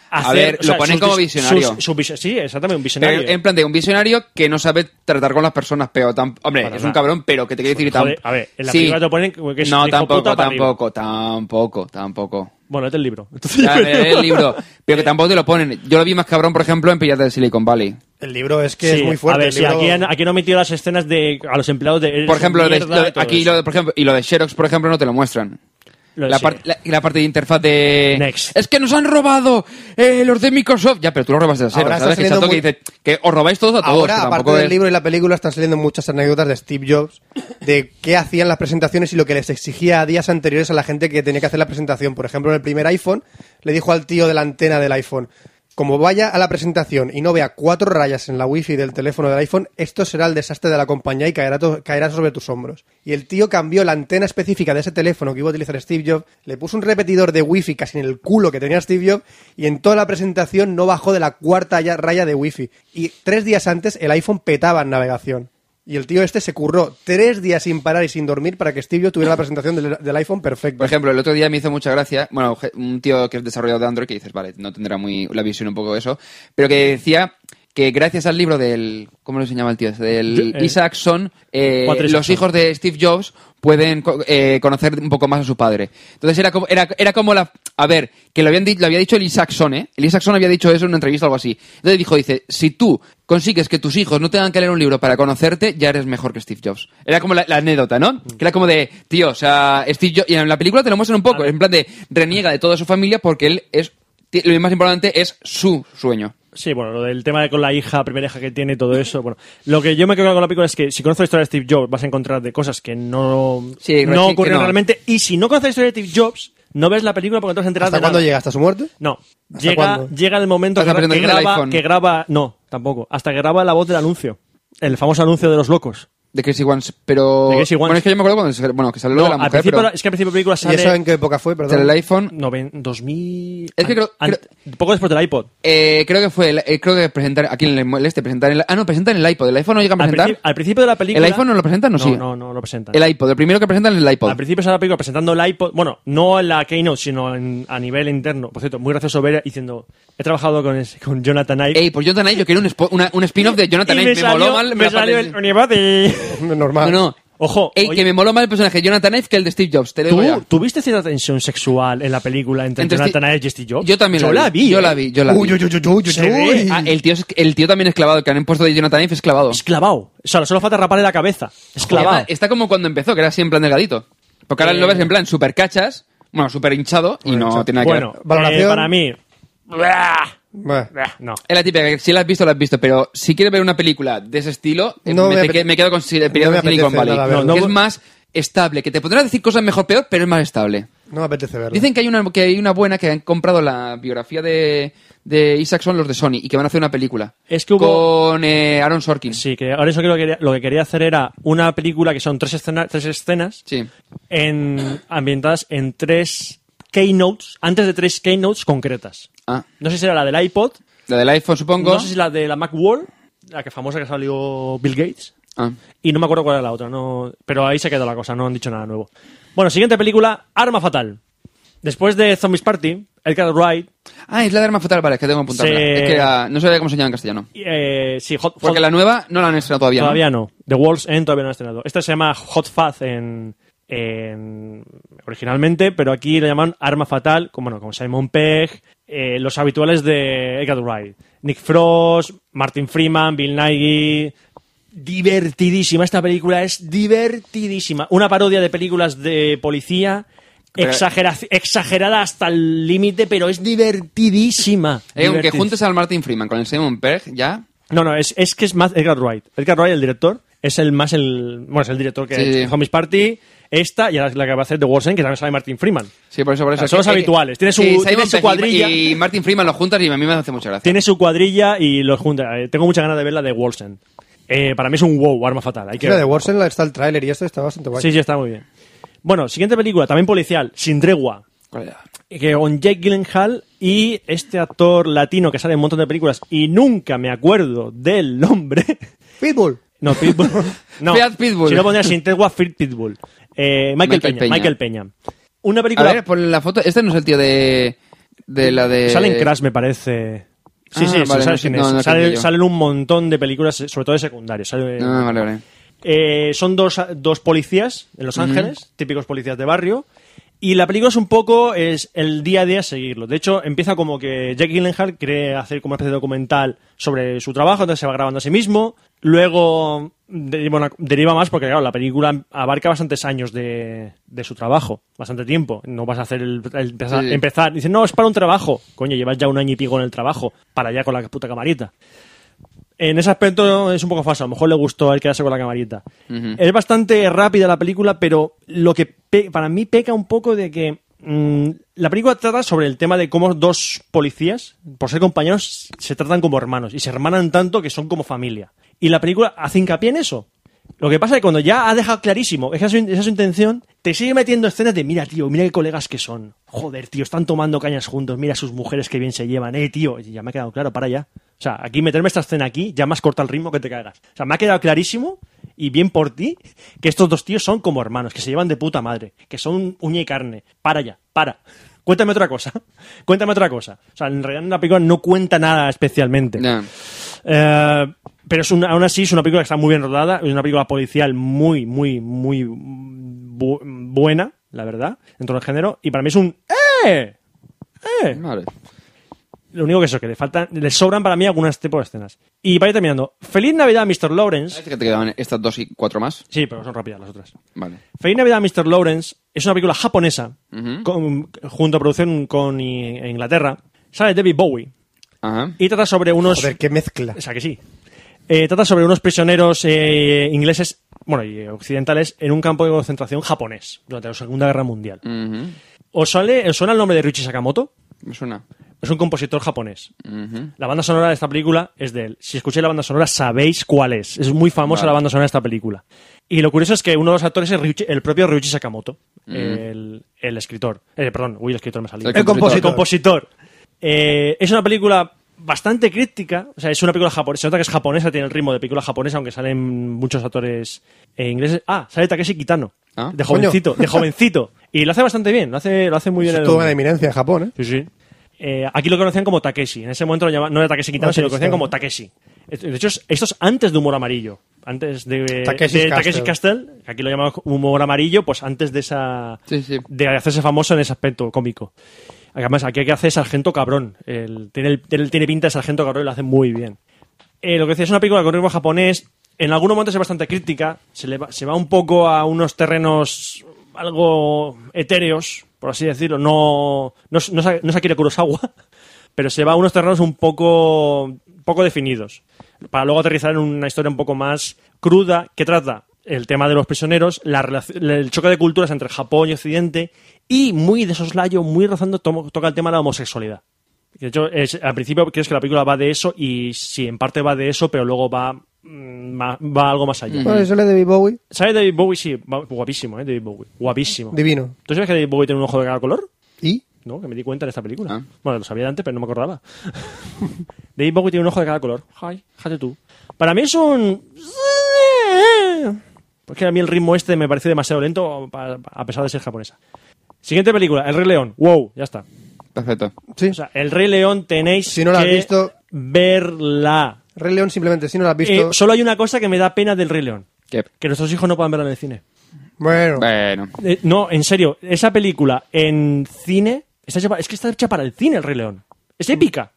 [SPEAKER 2] hacer.
[SPEAKER 4] ver, lo ponen
[SPEAKER 2] sus
[SPEAKER 4] como
[SPEAKER 2] dis-
[SPEAKER 4] visionario.
[SPEAKER 2] sus- su vis- sí, exactamente, un visionario.
[SPEAKER 4] Pero Eh, en plan de un visionario que no sabe tratar con las personas, pero tam- hombre,
[SPEAKER 2] Para
[SPEAKER 4] es un
[SPEAKER 2] nada.
[SPEAKER 4] cabrón, pero que te quiere decir tan-
[SPEAKER 2] Joder, a ver, en la película te lo ponen como que es un
[SPEAKER 4] No,
[SPEAKER 2] hijo
[SPEAKER 4] tampoco,
[SPEAKER 2] puta para arriba.
[SPEAKER 4] tampoco, tampoco, tampoco.
[SPEAKER 2] Bueno, este es el libro. Entonces,
[SPEAKER 4] Ya, leeré el libro, pero que tampoco te lo ponen. Yo lo vi más cabrón, por ejemplo, en Piratas de Silicon Valley.
[SPEAKER 3] El libro es que
[SPEAKER 2] Sí,
[SPEAKER 3] es muy fuerte.
[SPEAKER 2] A ver,
[SPEAKER 3] el
[SPEAKER 2] sí,
[SPEAKER 3] libro-
[SPEAKER 2] aquí, han, aquí no han metido las escenas de a los empleados de. eres
[SPEAKER 4] Por
[SPEAKER 2] un
[SPEAKER 4] ejemplo, lo de-
[SPEAKER 2] mierda
[SPEAKER 4] lo-
[SPEAKER 2] y todo
[SPEAKER 4] aquí
[SPEAKER 2] eso.
[SPEAKER 4] lo de, por ejemplo, y lo de Xerox, por ejemplo, no te lo muestran.
[SPEAKER 2] Lo de
[SPEAKER 4] la,
[SPEAKER 2] sí.
[SPEAKER 4] par- la- la parte de interfaz de...
[SPEAKER 2] Next.
[SPEAKER 4] Es que nos han robado eh, los de Microsoft. Ya, pero tú lo robas de Xerox,
[SPEAKER 3] Ahora está
[SPEAKER 4] ¿sabes? Que,
[SPEAKER 3] saliendo
[SPEAKER 4] tanto que
[SPEAKER 3] muy-
[SPEAKER 4] dice que os robáis todos a todos.
[SPEAKER 3] Ahora,
[SPEAKER 4] que
[SPEAKER 3] aparte
[SPEAKER 4] tampoco
[SPEAKER 3] del
[SPEAKER 2] ¿eh?
[SPEAKER 4] es-
[SPEAKER 3] libro y la película, están saliendo muchas anécdotas de Steve Jobs, de qué hacían las presentaciones y lo que les exigía a días anteriores a la gente que tenía que hacer la presentación. Por ejemplo, en el primer iPhone, le dijo al tío de la antena del iPhone, como vaya a la presentación y no vea cuatro rayas en la wifi del teléfono del iPhone, esto será el desastre de la compañía y caerá, to- caerá sobre tus hombros. Y el tío cambió la antena específica de ese teléfono que iba a utilizar Steve Jobs, le puso un repetidor de wifi casi en el culo que tenía Steve Jobs y en toda la presentación no bajó de la cuarta ya- raya de wifi. Y tres días antes el iPhone petaba en navegación. Y el tío este se curró tres días sin parar y sin dormir para que Steve Jobs tuviera la presentación del, del iPhone perfecta.
[SPEAKER 4] Por ejemplo, el otro día me hizo mucha gracia, bueno, je- un tío que es desarrollador de Android que dices, vale, no tendrá muy la visión un poco de eso, pero que decía que gracias al libro del, ¿cómo lo enseñaba el tío? ese? Del
[SPEAKER 2] Eh,
[SPEAKER 4] Isaacson, eh,
[SPEAKER 2] Patrick
[SPEAKER 4] los
[SPEAKER 2] Isaacson.
[SPEAKER 4] hijos de Steve Jobs pueden co- eh, conocer un poco más a su padre. Entonces era como, era, era como la, a ver, que lo, habían di- lo había dicho el Isaacson, ¿eh? El Isaacson había dicho eso en una entrevista o algo así. Entonces dijo, dice, si tú consigues que tus hijos no tengan que leer un libro para conocerte, ya eres mejor que Steve Jobs. Era como la, la anécdota, ¿no?
[SPEAKER 2] Mm.
[SPEAKER 4] Que era como de, tío, o sea, Steve Jobs, y en la película te lo muestran un poco, en plan de, reniega de toda su familia porque él es, ti- lo más importante es su sueño.
[SPEAKER 2] Sí, bueno, lo del tema de con la hija, primera hija que tiene y todo eso. Bueno, lo que yo me quedo con la película es que si conoces la historia de Steve Jobs vas a encontrar de cosas que no,
[SPEAKER 4] Sí,
[SPEAKER 2] no
[SPEAKER 4] sí, que
[SPEAKER 2] ocurrieron
[SPEAKER 4] no.
[SPEAKER 2] realmente. Y si no conoces la historia de Steve Jobs, no ves la película porque no te vas a enterar
[SPEAKER 3] ¿Hasta
[SPEAKER 2] de nada.
[SPEAKER 3] cuándo llega? ¿Hasta su muerte?
[SPEAKER 2] No.
[SPEAKER 3] ¿Hasta
[SPEAKER 2] Llega,
[SPEAKER 3] cuándo?
[SPEAKER 2] llega el momento que,
[SPEAKER 4] Hasta
[SPEAKER 2] gra- que
[SPEAKER 4] aprendiendo del
[SPEAKER 2] graba,
[SPEAKER 4] iPhone.
[SPEAKER 2] que graba. No, tampoco. Hasta que graba la voz del anuncio. El famoso anuncio de los locos.
[SPEAKER 4] de Crazy Ones, pero...
[SPEAKER 2] De Crazy Ones.
[SPEAKER 4] Bueno, es que yo me acuerdo cuando... se- Bueno, que salió lo
[SPEAKER 2] No,
[SPEAKER 4] de la
[SPEAKER 2] al
[SPEAKER 4] mujer,
[SPEAKER 2] principio la-
[SPEAKER 4] pero...
[SPEAKER 2] es que al principio de la película
[SPEAKER 3] ¿Y
[SPEAKER 2] sale,
[SPEAKER 3] eso en qué época fue,
[SPEAKER 4] sale
[SPEAKER 3] perdón?
[SPEAKER 4] el iPhone...
[SPEAKER 2] noven- 2000...
[SPEAKER 4] Es que creo-
[SPEAKER 2] an- an- poco después del iPod.
[SPEAKER 4] eh, creo que fue... el- eh, creo que presentar... Aquí en el, el este, presentar el... Ah, no, presentan el iPod. ¿El iPhone no llegan a
[SPEAKER 2] Al,
[SPEAKER 4] presentar?
[SPEAKER 2] principi- al principio de la película...
[SPEAKER 4] ¿El iPhone no lo presentan o
[SPEAKER 2] No,
[SPEAKER 4] sí?
[SPEAKER 2] no, no lo presentan.
[SPEAKER 4] El iPod. El primero que presentan es el iPod.
[SPEAKER 2] Al principio estaba la película presentando el iPod, bueno, no en la Keynote, sino en- a nivel interno. Por cierto, muy gracioso ver diciendo, he trabajado con, ese- con Jonathan Ive.
[SPEAKER 4] Ey, pues Jonathan Ive, yo quiero un, spo- una- un spin-off de Jonathan
[SPEAKER 2] Y
[SPEAKER 4] Ive.
[SPEAKER 2] me,
[SPEAKER 4] Me,
[SPEAKER 2] salió,
[SPEAKER 4] moló mal.
[SPEAKER 2] me
[SPEAKER 4] la parte
[SPEAKER 2] salió
[SPEAKER 4] de-
[SPEAKER 2] el Unibody.
[SPEAKER 3] Normal.
[SPEAKER 4] No, no.
[SPEAKER 2] Ojo,
[SPEAKER 4] Ey,
[SPEAKER 2] oye-
[SPEAKER 4] que me moló más el personaje de Jonathan Ive que el de Steve Jobs. Te lo digo
[SPEAKER 2] ¿Tú
[SPEAKER 4] ya.
[SPEAKER 2] tuviste cierta tensión sexual en la película entre,
[SPEAKER 4] Eh, Entre
[SPEAKER 2] Jonathan
[SPEAKER 4] Steve-
[SPEAKER 2] Ive y Steve Jobs?
[SPEAKER 4] Yo también
[SPEAKER 2] yo
[SPEAKER 4] la, vi. Yo
[SPEAKER 2] ¿eh?
[SPEAKER 4] la vi, yo la vi.
[SPEAKER 3] Uy, uy, uy, uy, uy,
[SPEAKER 2] Se ve.
[SPEAKER 3] uy.
[SPEAKER 4] Ah, el, tío es- el tío también es clavado, el que han puesto de Jonathan Ive es clavado.
[SPEAKER 2] Es clavado. O sea, solo falta raparle la cabeza. Es clavado.
[SPEAKER 4] Además, Está como cuando empezó, que era así en plan delgadito. Porque ahora lo
[SPEAKER 2] Eh.
[SPEAKER 4] ves en plan super cachas, bueno, super hinchado y no tiene nada que
[SPEAKER 2] Bueno,
[SPEAKER 4] ver.
[SPEAKER 3] Valoración.
[SPEAKER 2] eh, para mí...
[SPEAKER 3] Bah.
[SPEAKER 2] No.
[SPEAKER 4] Es la típica, que si la has visto, la has visto, pero si quieres ver una película de ese estilo, eh,
[SPEAKER 3] No
[SPEAKER 4] me,
[SPEAKER 3] me
[SPEAKER 4] te
[SPEAKER 3] apete-
[SPEAKER 4] que- me quedo con si-
[SPEAKER 3] no
[SPEAKER 4] Piratas
[SPEAKER 3] me
[SPEAKER 4] de Silicon
[SPEAKER 3] apetece
[SPEAKER 4] Valley.
[SPEAKER 3] nada verlo.
[SPEAKER 4] que
[SPEAKER 2] No,
[SPEAKER 4] es
[SPEAKER 2] no-
[SPEAKER 4] más estable, que te podrás decir cosas mejor peor, pero es más estable.
[SPEAKER 3] No me apetece verlo.
[SPEAKER 4] Dicen que hay una que hay una buena que han comprado la biografía de, de Isaacson, los de Sony, y que van a hacer una película.
[SPEAKER 2] Es que hubo-
[SPEAKER 4] Con eh, Aaron Sorkin.
[SPEAKER 2] Sí, que ahora eso creo que quería- lo que quería hacer era una película que son tres, escena- tres escenas
[SPEAKER 4] Sí.
[SPEAKER 2] en, ambientadas en tres keynotes, antes de tres keynotes concretas.
[SPEAKER 4] Ah,
[SPEAKER 2] No sé si era la del iPod,
[SPEAKER 4] la del iPhone, supongo.
[SPEAKER 2] no sé si la de la Macworld, la que famosa que salió Bill Gates,
[SPEAKER 4] Ah.
[SPEAKER 2] y no me acuerdo cuál era la otra, no, pero ahí se quedó la cosa, no han dicho nada nuevo. Bueno, siguiente película, Arma Fatal. Después de Zombies Party, Edgar Wright,
[SPEAKER 4] Ah, es la de Arma Fatal, vale, es que tengo apuntado.
[SPEAKER 2] Sí.
[SPEAKER 4] Es que era- no sabía cómo se llama en castellano.
[SPEAKER 2] eh, sí, Hot,
[SPEAKER 4] Porque
[SPEAKER 2] Hot-
[SPEAKER 4] la nueva no la han estrenado todavía. ¿no?
[SPEAKER 2] Todavía no. The World's End todavía no ha estrenado. Esta se llama Hot Fuzz en, en- originalmente, pero aquí le llaman Arma Fatal, como bueno, con Simon Pegg, eh, los habituales de Edgar Wright, Nick Frost, Martin Freeman, Bill Nighy. Divertidísima esta película, es divertidísima. Una parodia de películas de policía.
[SPEAKER 4] Pero-
[SPEAKER 2] exagera- exagerada hasta el límite, pero es divertidísima.
[SPEAKER 4] Eh, aunque
[SPEAKER 2] Divertidísima.
[SPEAKER 4] juntes al Martin Freeman con el Simon Pegg, ya.
[SPEAKER 2] No, no, es, es que es más Edgar Wright. Edgar Wright, el director, es el más el. Bueno, es el director que
[SPEAKER 4] Sí,
[SPEAKER 2] ha hecho
[SPEAKER 4] sí.
[SPEAKER 2] Homies Party, esta y ahora es la que va a hacer The World's End, que también sale Martin Freeman.
[SPEAKER 4] Sí, por eso, por eso.
[SPEAKER 2] Ah, son los
[SPEAKER 4] Eh, eh,
[SPEAKER 2] habituales. Tiene su-
[SPEAKER 4] sí,
[SPEAKER 2] tiene
[SPEAKER 4] Simon
[SPEAKER 2] su
[SPEAKER 4] Pegg y-
[SPEAKER 2] cuadrilla.
[SPEAKER 4] Y Martin Freeman lo juntas y a mí me hace mucha gracia.
[SPEAKER 2] Tiene su cuadrilla y los junta. Eh, tengo muchas ganas de ver la de World's End. Eh, para mí es un wow, arma fatal. Hay que
[SPEAKER 3] Mira, de
[SPEAKER 2] ver.
[SPEAKER 3] Warsen está el tráiler y esto está bastante guay.
[SPEAKER 2] Sí, sí, está muy bien. Bueno, siguiente película, también policial, Sin Tregua.
[SPEAKER 4] ¿Cuál era?
[SPEAKER 2] que con Jake Gyllenhaal y este actor latino que sale en un montón de películas y nunca me acuerdo del nombre.
[SPEAKER 3] Pitbull.
[SPEAKER 2] No, Pitbull. No.
[SPEAKER 4] Fiat Pitbull.
[SPEAKER 2] Si no pondría sin tregua, Fiat Pitbull. Eh, Michael,
[SPEAKER 4] Michael
[SPEAKER 2] Peña,
[SPEAKER 4] Peña.
[SPEAKER 2] Michael Peña. Una
[SPEAKER 4] A
[SPEAKER 2] película.
[SPEAKER 4] ver, por la foto. Este no es el tío de. De la de.
[SPEAKER 2] Sale en Crash, me parece. Sí, sí,
[SPEAKER 4] Ah,
[SPEAKER 2] sí,
[SPEAKER 4] vale,
[SPEAKER 2] sabes
[SPEAKER 4] no,
[SPEAKER 2] quién es.
[SPEAKER 4] no, no,
[SPEAKER 2] Sale-
[SPEAKER 4] creo que yo.
[SPEAKER 2] salen un montón de películas, sobre todo de secundarios. Sale-
[SPEAKER 4] Ah, vale, vale.
[SPEAKER 2] Eh, son dos, dos policías en Los Ángeles, típicos policías de barrio. Y la película es un poco es el día a día seguirlo. De hecho, empieza como que Jack Gyllenhaal quiere hacer como una especie de documental sobre su trabajo, entonces se va grabando a sí mismo. Luego deriva, una- deriva más porque, claro, la película abarca bastantes años de, de su trabajo, bastante tiempo. No vas a hacer el, el- empezar,
[SPEAKER 4] Sí, sí.
[SPEAKER 2] empezar. Dice, no, es para un trabajo. Coño, llevas ya un año y pico en el trabajo, para allá con la puta camarita. En ese aspecto es un poco falso. A lo mejor le gustó el quedarse con la camarita.
[SPEAKER 4] Ujú.
[SPEAKER 2] Es bastante rápida la película, pero lo que pe- para mí peca un poco de que mm, la película trata sobre el tema de cómo dos policías, por ser compañeros, se tratan como hermanos y se hermanan tanto que son como familia. Y la película hace hincapié en eso. Lo que pasa es que cuando ya ha dejado clarísimo esa es, su, esa es su intención, te sigue metiendo escenas de mira, tío, mira qué colegas que son. Joder, tío, están tomando cañas juntos, mira sus mujeres que bien se llevan, eh, tío. Y ya me ha quedado claro, para ya. O sea, aquí meterme esta escena aquí, ya más corta el ritmo que te cagas. O sea, me ha quedado clarísimo, y bien por ti, que estos dos tíos son como hermanos, que se llevan de puta madre, que son uña y carne. Para ya, para. Cuéntame otra cosa. Cuéntame otra cosa. O sea, en realidad en la película no cuenta nada especialmente.
[SPEAKER 4] Ya.
[SPEAKER 2] Eh, pero es una- aún así es una película que está muy bien rodada, es una película policial muy, muy, muy bu- buena, la verdad, dentro del género. Y para mí es un ¡Eh! ¡Eh!
[SPEAKER 4] Vale.
[SPEAKER 2] Lo único que eso, que le faltan, le sobran para mí algunas tipos de escenas. Y para ir terminando, Feliz Navidad, Mr.
[SPEAKER 4] Parece
[SPEAKER 2] Lawrence.
[SPEAKER 4] Este que te quedaban estas dos y cuatro más.
[SPEAKER 2] Sí, pero son rápidas las otras.
[SPEAKER 4] Vale.
[SPEAKER 2] Feliz Navidad, Mr. Lawrence es una película japonesa,
[SPEAKER 4] Ujú.
[SPEAKER 2] con- junto a producción con I- Inglaterra. Sale David Bowie
[SPEAKER 4] Ajá.
[SPEAKER 2] y trata sobre unos.
[SPEAKER 3] Joder, qué mezcla.
[SPEAKER 2] O sea que sí. Eh, trata sobre unos prisioneros eh, ingleses, bueno, y occidentales, en un campo de concentración japonés durante la Segunda Guerra Mundial.
[SPEAKER 4] Ujú.
[SPEAKER 2] ¿Os, sale- os suena el nombre de Richie Sakamoto?
[SPEAKER 4] Me suena.
[SPEAKER 2] es un compositor japonés. La banda sonora de esta película es de él. Si escucháis la banda sonora, sabéis cuál es. Es muy famosa
[SPEAKER 4] Vale.
[SPEAKER 2] la banda sonora de esta película. Y lo curioso es que uno de los actores es Ryuichi- el propio Ryuichi Sakamoto, el, el escritor. Eh, perdón, uy, el escritor me salió.
[SPEAKER 4] Mm. El
[SPEAKER 3] El
[SPEAKER 4] compositor.
[SPEAKER 2] El
[SPEAKER 3] compositor.
[SPEAKER 2] compositor. Eh, es una película bastante crítica, o sea, es una película japonesa, se nota que es japonesa, tiene el ritmo de película japonesa, aunque salen muchos actores eh, ingleses. Ah, sale Takeshi Kitano,
[SPEAKER 4] Ah,
[SPEAKER 2] de
[SPEAKER 3] coño.
[SPEAKER 2] jovencito, de jovencito. Y lo hace bastante bien, lo hace, lo hace muy bien. el
[SPEAKER 3] Estuvo en
[SPEAKER 2] hombre.
[SPEAKER 3] la eminencia en Japón, ¿eh?
[SPEAKER 2] Sí, sí. Eh, aquí lo conocían como Takeshi. En ese momento lo llamaban, no era Takeshi Kitano,
[SPEAKER 3] Ah, sí,
[SPEAKER 2] sino lo conocían
[SPEAKER 3] sí.
[SPEAKER 2] como Takeshi. De hecho, es- esto es antes de Humor Amarillo. Antes de,
[SPEAKER 3] Takeshi's
[SPEAKER 2] de
[SPEAKER 3] Castle.
[SPEAKER 2] Takeshi's Castle, que aquí lo llamamos Humor Amarillo, pues antes de esa
[SPEAKER 4] Sí, sí.
[SPEAKER 2] de hacerse famoso en ese aspecto cómico. Además, aquí hay que hacer sargento cabrón. El- tiene, el- tiene- tiene pinta de sargento cabrón y lo hace muy bien. Eh, lo que decía es una película con ritmo japonés. En algunos momentos es bastante crítica. Se, le va, se va un poco a unos terrenos algo etéreos, por así decirlo. No, no, es- no, es- no es Akira Kurosawa, pero se va a unos terrenos un poco, poco definidos. Para luego aterrizar en una historia un poco más cruda que trata el tema de los prisioneros, la relac- el choque de culturas entre Japón y Occidente y muy de soslayo, muy rozando, tomo- toca el tema de la homosexualidad. De hecho, es- al principio crees que la película va de eso y sí, en parte va de eso, pero luego va, mm, ma- va algo más allá.
[SPEAKER 3] Bueno, eso es de David Bowie.
[SPEAKER 2] ¿Sabes David Bowie? Sí, va- guapísimo, ¿eh? David Bowie. Guapísimo.
[SPEAKER 3] Divino.
[SPEAKER 2] ¿Tú sabes que David Bowie tiene un ojo de cada color?
[SPEAKER 3] ¿Y?
[SPEAKER 2] No, que me di cuenta en esta película.
[SPEAKER 4] Ah.
[SPEAKER 2] Bueno, lo sabía de antes, pero no me acordaba. David Bowie tiene un ojo de cada color. Ay, fíjate tú. Para mí es un... Porque a mí el ritmo este me parece demasiado lento pa- a pesar de ser japonesa. Siguiente película, El Rey León. Wow, ya está.
[SPEAKER 4] Perfecto.
[SPEAKER 3] Sí.
[SPEAKER 2] O sea, El Rey León tenéis
[SPEAKER 3] Si no la has
[SPEAKER 2] que
[SPEAKER 3] visto-
[SPEAKER 2] verla.
[SPEAKER 3] Rey León simplemente, si no lo has visto...
[SPEAKER 2] Eh, solo hay una cosa que me da pena del Rey León.
[SPEAKER 4] ¿Qué?
[SPEAKER 2] Que nuestros hijos no puedan verla en el cine.
[SPEAKER 3] Bueno,
[SPEAKER 4] Bueno.
[SPEAKER 2] Eh, no, en serio, esa película en cine está hecha pa- es que está hecha para el cine el Rey León. Es épica.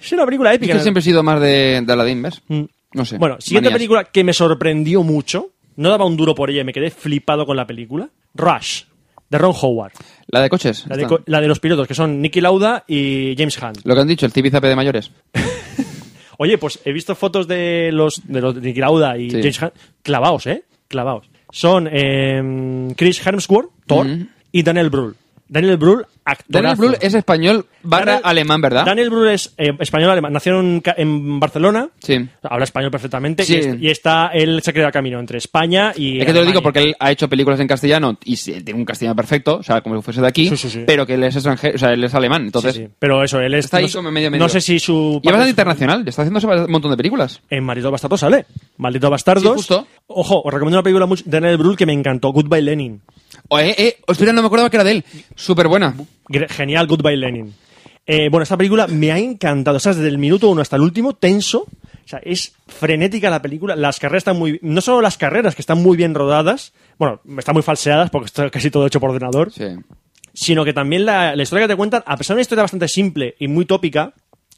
[SPEAKER 2] Es una película
[SPEAKER 4] Es
[SPEAKER 2] épica.
[SPEAKER 4] que siempre he sido más de, de Aladdin, ¿ves?
[SPEAKER 2] Mm.
[SPEAKER 4] No sé.
[SPEAKER 2] Bueno, siguiente
[SPEAKER 4] Manías.
[SPEAKER 2] película que me sorprendió mucho. No daba un duro por ella, y me quedé flipado con la película. Rush, de Ron Howard.
[SPEAKER 4] La de coches.
[SPEAKER 2] La de,
[SPEAKER 4] Está.
[SPEAKER 2] co- la de los pilotos, que son Nicky Lauda y James Hunt.
[SPEAKER 4] Lo que han dicho, el tibizape de mayores.
[SPEAKER 2] Oye, pues he visto fotos de los de los de Nicky Lauda y
[SPEAKER 4] Sí.
[SPEAKER 2] James Hunt. Clavaos, ¿eh? Clavaos. Son eh, Chris Hemsworth, Thor, y Daniel Brühl. Daniel Brühl, actor.
[SPEAKER 4] Daniel Brühl es español barra alemán, ¿verdad?
[SPEAKER 2] Daniel Brühl es eh, español-alemán. Nació en, Ca- en Barcelona.
[SPEAKER 4] Sí.
[SPEAKER 2] Habla español perfectamente.
[SPEAKER 4] Sí.
[SPEAKER 2] Y, es- y está, él se ha quedado camino entre España y.
[SPEAKER 4] Es que te lo digo
[SPEAKER 2] Alemania.
[SPEAKER 4] porque él ha hecho películas en castellano y sí, tiene un castellano perfecto, o sea, como si fuese de aquí,
[SPEAKER 2] Sí, sí, sí.
[SPEAKER 4] pero que él es extranjero, o sea, él es alemán, entonces...
[SPEAKER 2] Sí, sí. Pero eso, él es-
[SPEAKER 4] Está ahí
[SPEAKER 2] no sé-
[SPEAKER 4] como medio medio.
[SPEAKER 2] No sé si su.
[SPEAKER 4] Y es bastante internacional, está haciéndose un montón de películas.
[SPEAKER 2] En Maldito Bastardo sale. Maldito Bastardos.
[SPEAKER 4] Sí, justo.
[SPEAKER 2] Ojo, os recomiendo una película mucho- de Daniel Brühl que me encantó, Goodbye Lenin.
[SPEAKER 4] O, eh, eh, hostia, no me acordaba que era de él. Súper buena.
[SPEAKER 2] Gre- Genial, Goodbye Lenin. Eh, bueno, esta película me ha encantado. O sea, desde el minuto uno hasta el último, tenso. O sea, es frenética la película. Las carreras están muy... No solo las carreras, que están muy bien rodadas. Bueno, están muy falseadas porque está casi todo hecho por ordenador
[SPEAKER 4] Sí.
[SPEAKER 2] sino que también la, la historia que te cuentan, a pesar de una historia bastante simple y muy tópica,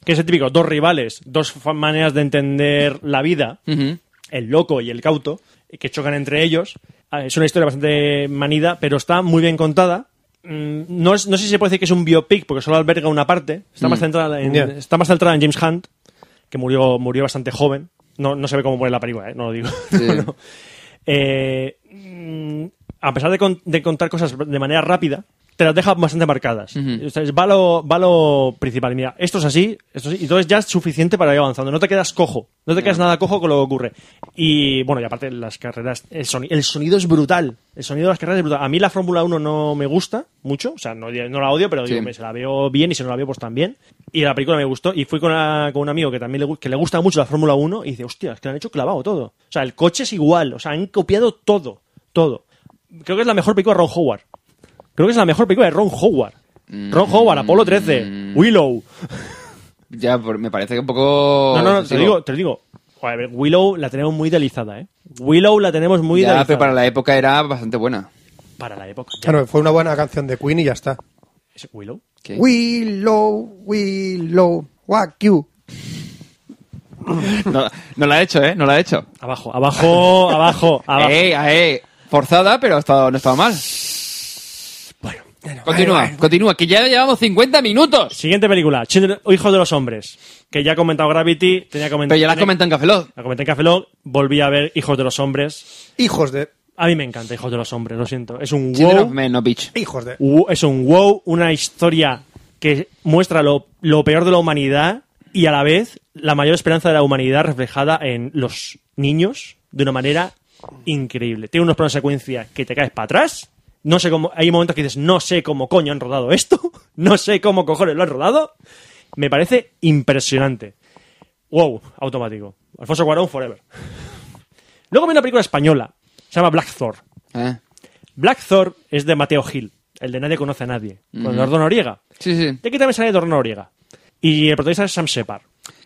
[SPEAKER 2] que es el típico, dos rivales, dos fa- maneras de entender la vida,
[SPEAKER 4] Ujú.
[SPEAKER 2] el loco y el cauto, eh, que chocan entre ellos, Ah, es una historia bastante manida, pero está muy bien contada. Mm, No, es- no sé si se puede decir que es un biopic, porque solo alberga una parte, está, más, centrada en,
[SPEAKER 3] Ya.
[SPEAKER 2] está más centrada en James Hunt, que murió, murió bastante joven. No, no se ve cómo muere en la película, ¿eh? no lo digo.
[SPEAKER 4] Sí.
[SPEAKER 2] No, no. Eh, mm, a pesar de, con- de contar cosas de manera rápida, te las deja bastante marcadas. O sea, es- va, lo, va lo principal. Mira, esto es así, esto es así, y entonces ya es suficiente para ir avanzando. No te quedas cojo, no te quedas nada cojo con lo que ocurre. Y bueno, y aparte las carreras, el, soni- el sonido es brutal. El sonido de las carreras es brutal. A mí la Fórmula 1 no me gusta mucho, o sea, no, no la odio, pero
[SPEAKER 4] Sí.
[SPEAKER 2] digo, me- se la veo bien y si no la veo, pues también. Y la película me gustó y fui con, una- con un amigo que también le, gu- que le gusta mucho la Fórmula 1 y dice, hostia, es que le han hecho clavado todo. O sea, el coche es igual, o sea, han copiado todo, todo. Creo que es la mejor película de Ron Howard. Creo que es la mejor película de Ron Howard.
[SPEAKER 4] Mm.
[SPEAKER 2] Ron Howard, Apolo 13, Willow.
[SPEAKER 4] Ya, por- me parece que un poco...
[SPEAKER 2] No, no, no, te
[SPEAKER 4] excesivo.
[SPEAKER 2] lo digo, te lo digo. Joder, a ver, Willow la tenemos muy idealizada, ¿eh? Willow la tenemos muy
[SPEAKER 4] ya,
[SPEAKER 2] idealizada.
[SPEAKER 4] pero para la época era bastante buena.
[SPEAKER 2] Para la época. Ya.
[SPEAKER 3] claro, fue una buena canción de Queen y ya está.
[SPEAKER 2] ¿Es Willow?
[SPEAKER 4] ¿Qué?
[SPEAKER 3] Willow, Willow, fuck you.
[SPEAKER 4] No, no la ha hecho, ¿eh? No la ha hecho.
[SPEAKER 2] Abajo, abajo, abajo, abajo.
[SPEAKER 4] ¡Ey, ey! Forzada, pero ha estado- no estaba mal.
[SPEAKER 2] Bueno,
[SPEAKER 4] Continúa, continúa, que ya llevamos 50 minutos.
[SPEAKER 2] Siguiente película, Children- Hijos de los Hombres, que ya he comentado Gravity, tenía coment-
[SPEAKER 4] Pero ya las
[SPEAKER 2] tenía-
[SPEAKER 4] comentan Café Lock.
[SPEAKER 2] la comenté en Café Lock, volví a ver Hijos de los Hombres.
[SPEAKER 3] Hijos de...
[SPEAKER 2] A mí me encanta Hijos de los Hombres, lo siento. Es un
[SPEAKER 4] Children
[SPEAKER 2] wow,
[SPEAKER 4] of Men, no bitch.
[SPEAKER 3] Hijos de...
[SPEAKER 2] wo- es un wow, una historia que muestra lo, lo peor de la humanidad y a la vez la mayor esperanza de la humanidad reflejada en los niños de una manera increíble. Tiene unos planos de secuencia que te caes para atrás. No sé cómo. Hay momentos que dices, no sé cómo coño han rodado esto. No sé cómo cojones lo han rodado. Me parece impresionante. Wow, automático. Alfonso Cuarón Forever. Luego viene una película española. Se llama Black Thor.
[SPEAKER 4] ¿Eh?
[SPEAKER 2] Black Thor es de Mateo Gil, el de Nadie conoce a nadie, con Eduardo Noriega.
[SPEAKER 4] Sí, sí.
[SPEAKER 2] De aquí también sale Eduardo Noriega. Y el protagonista es Sam Separ.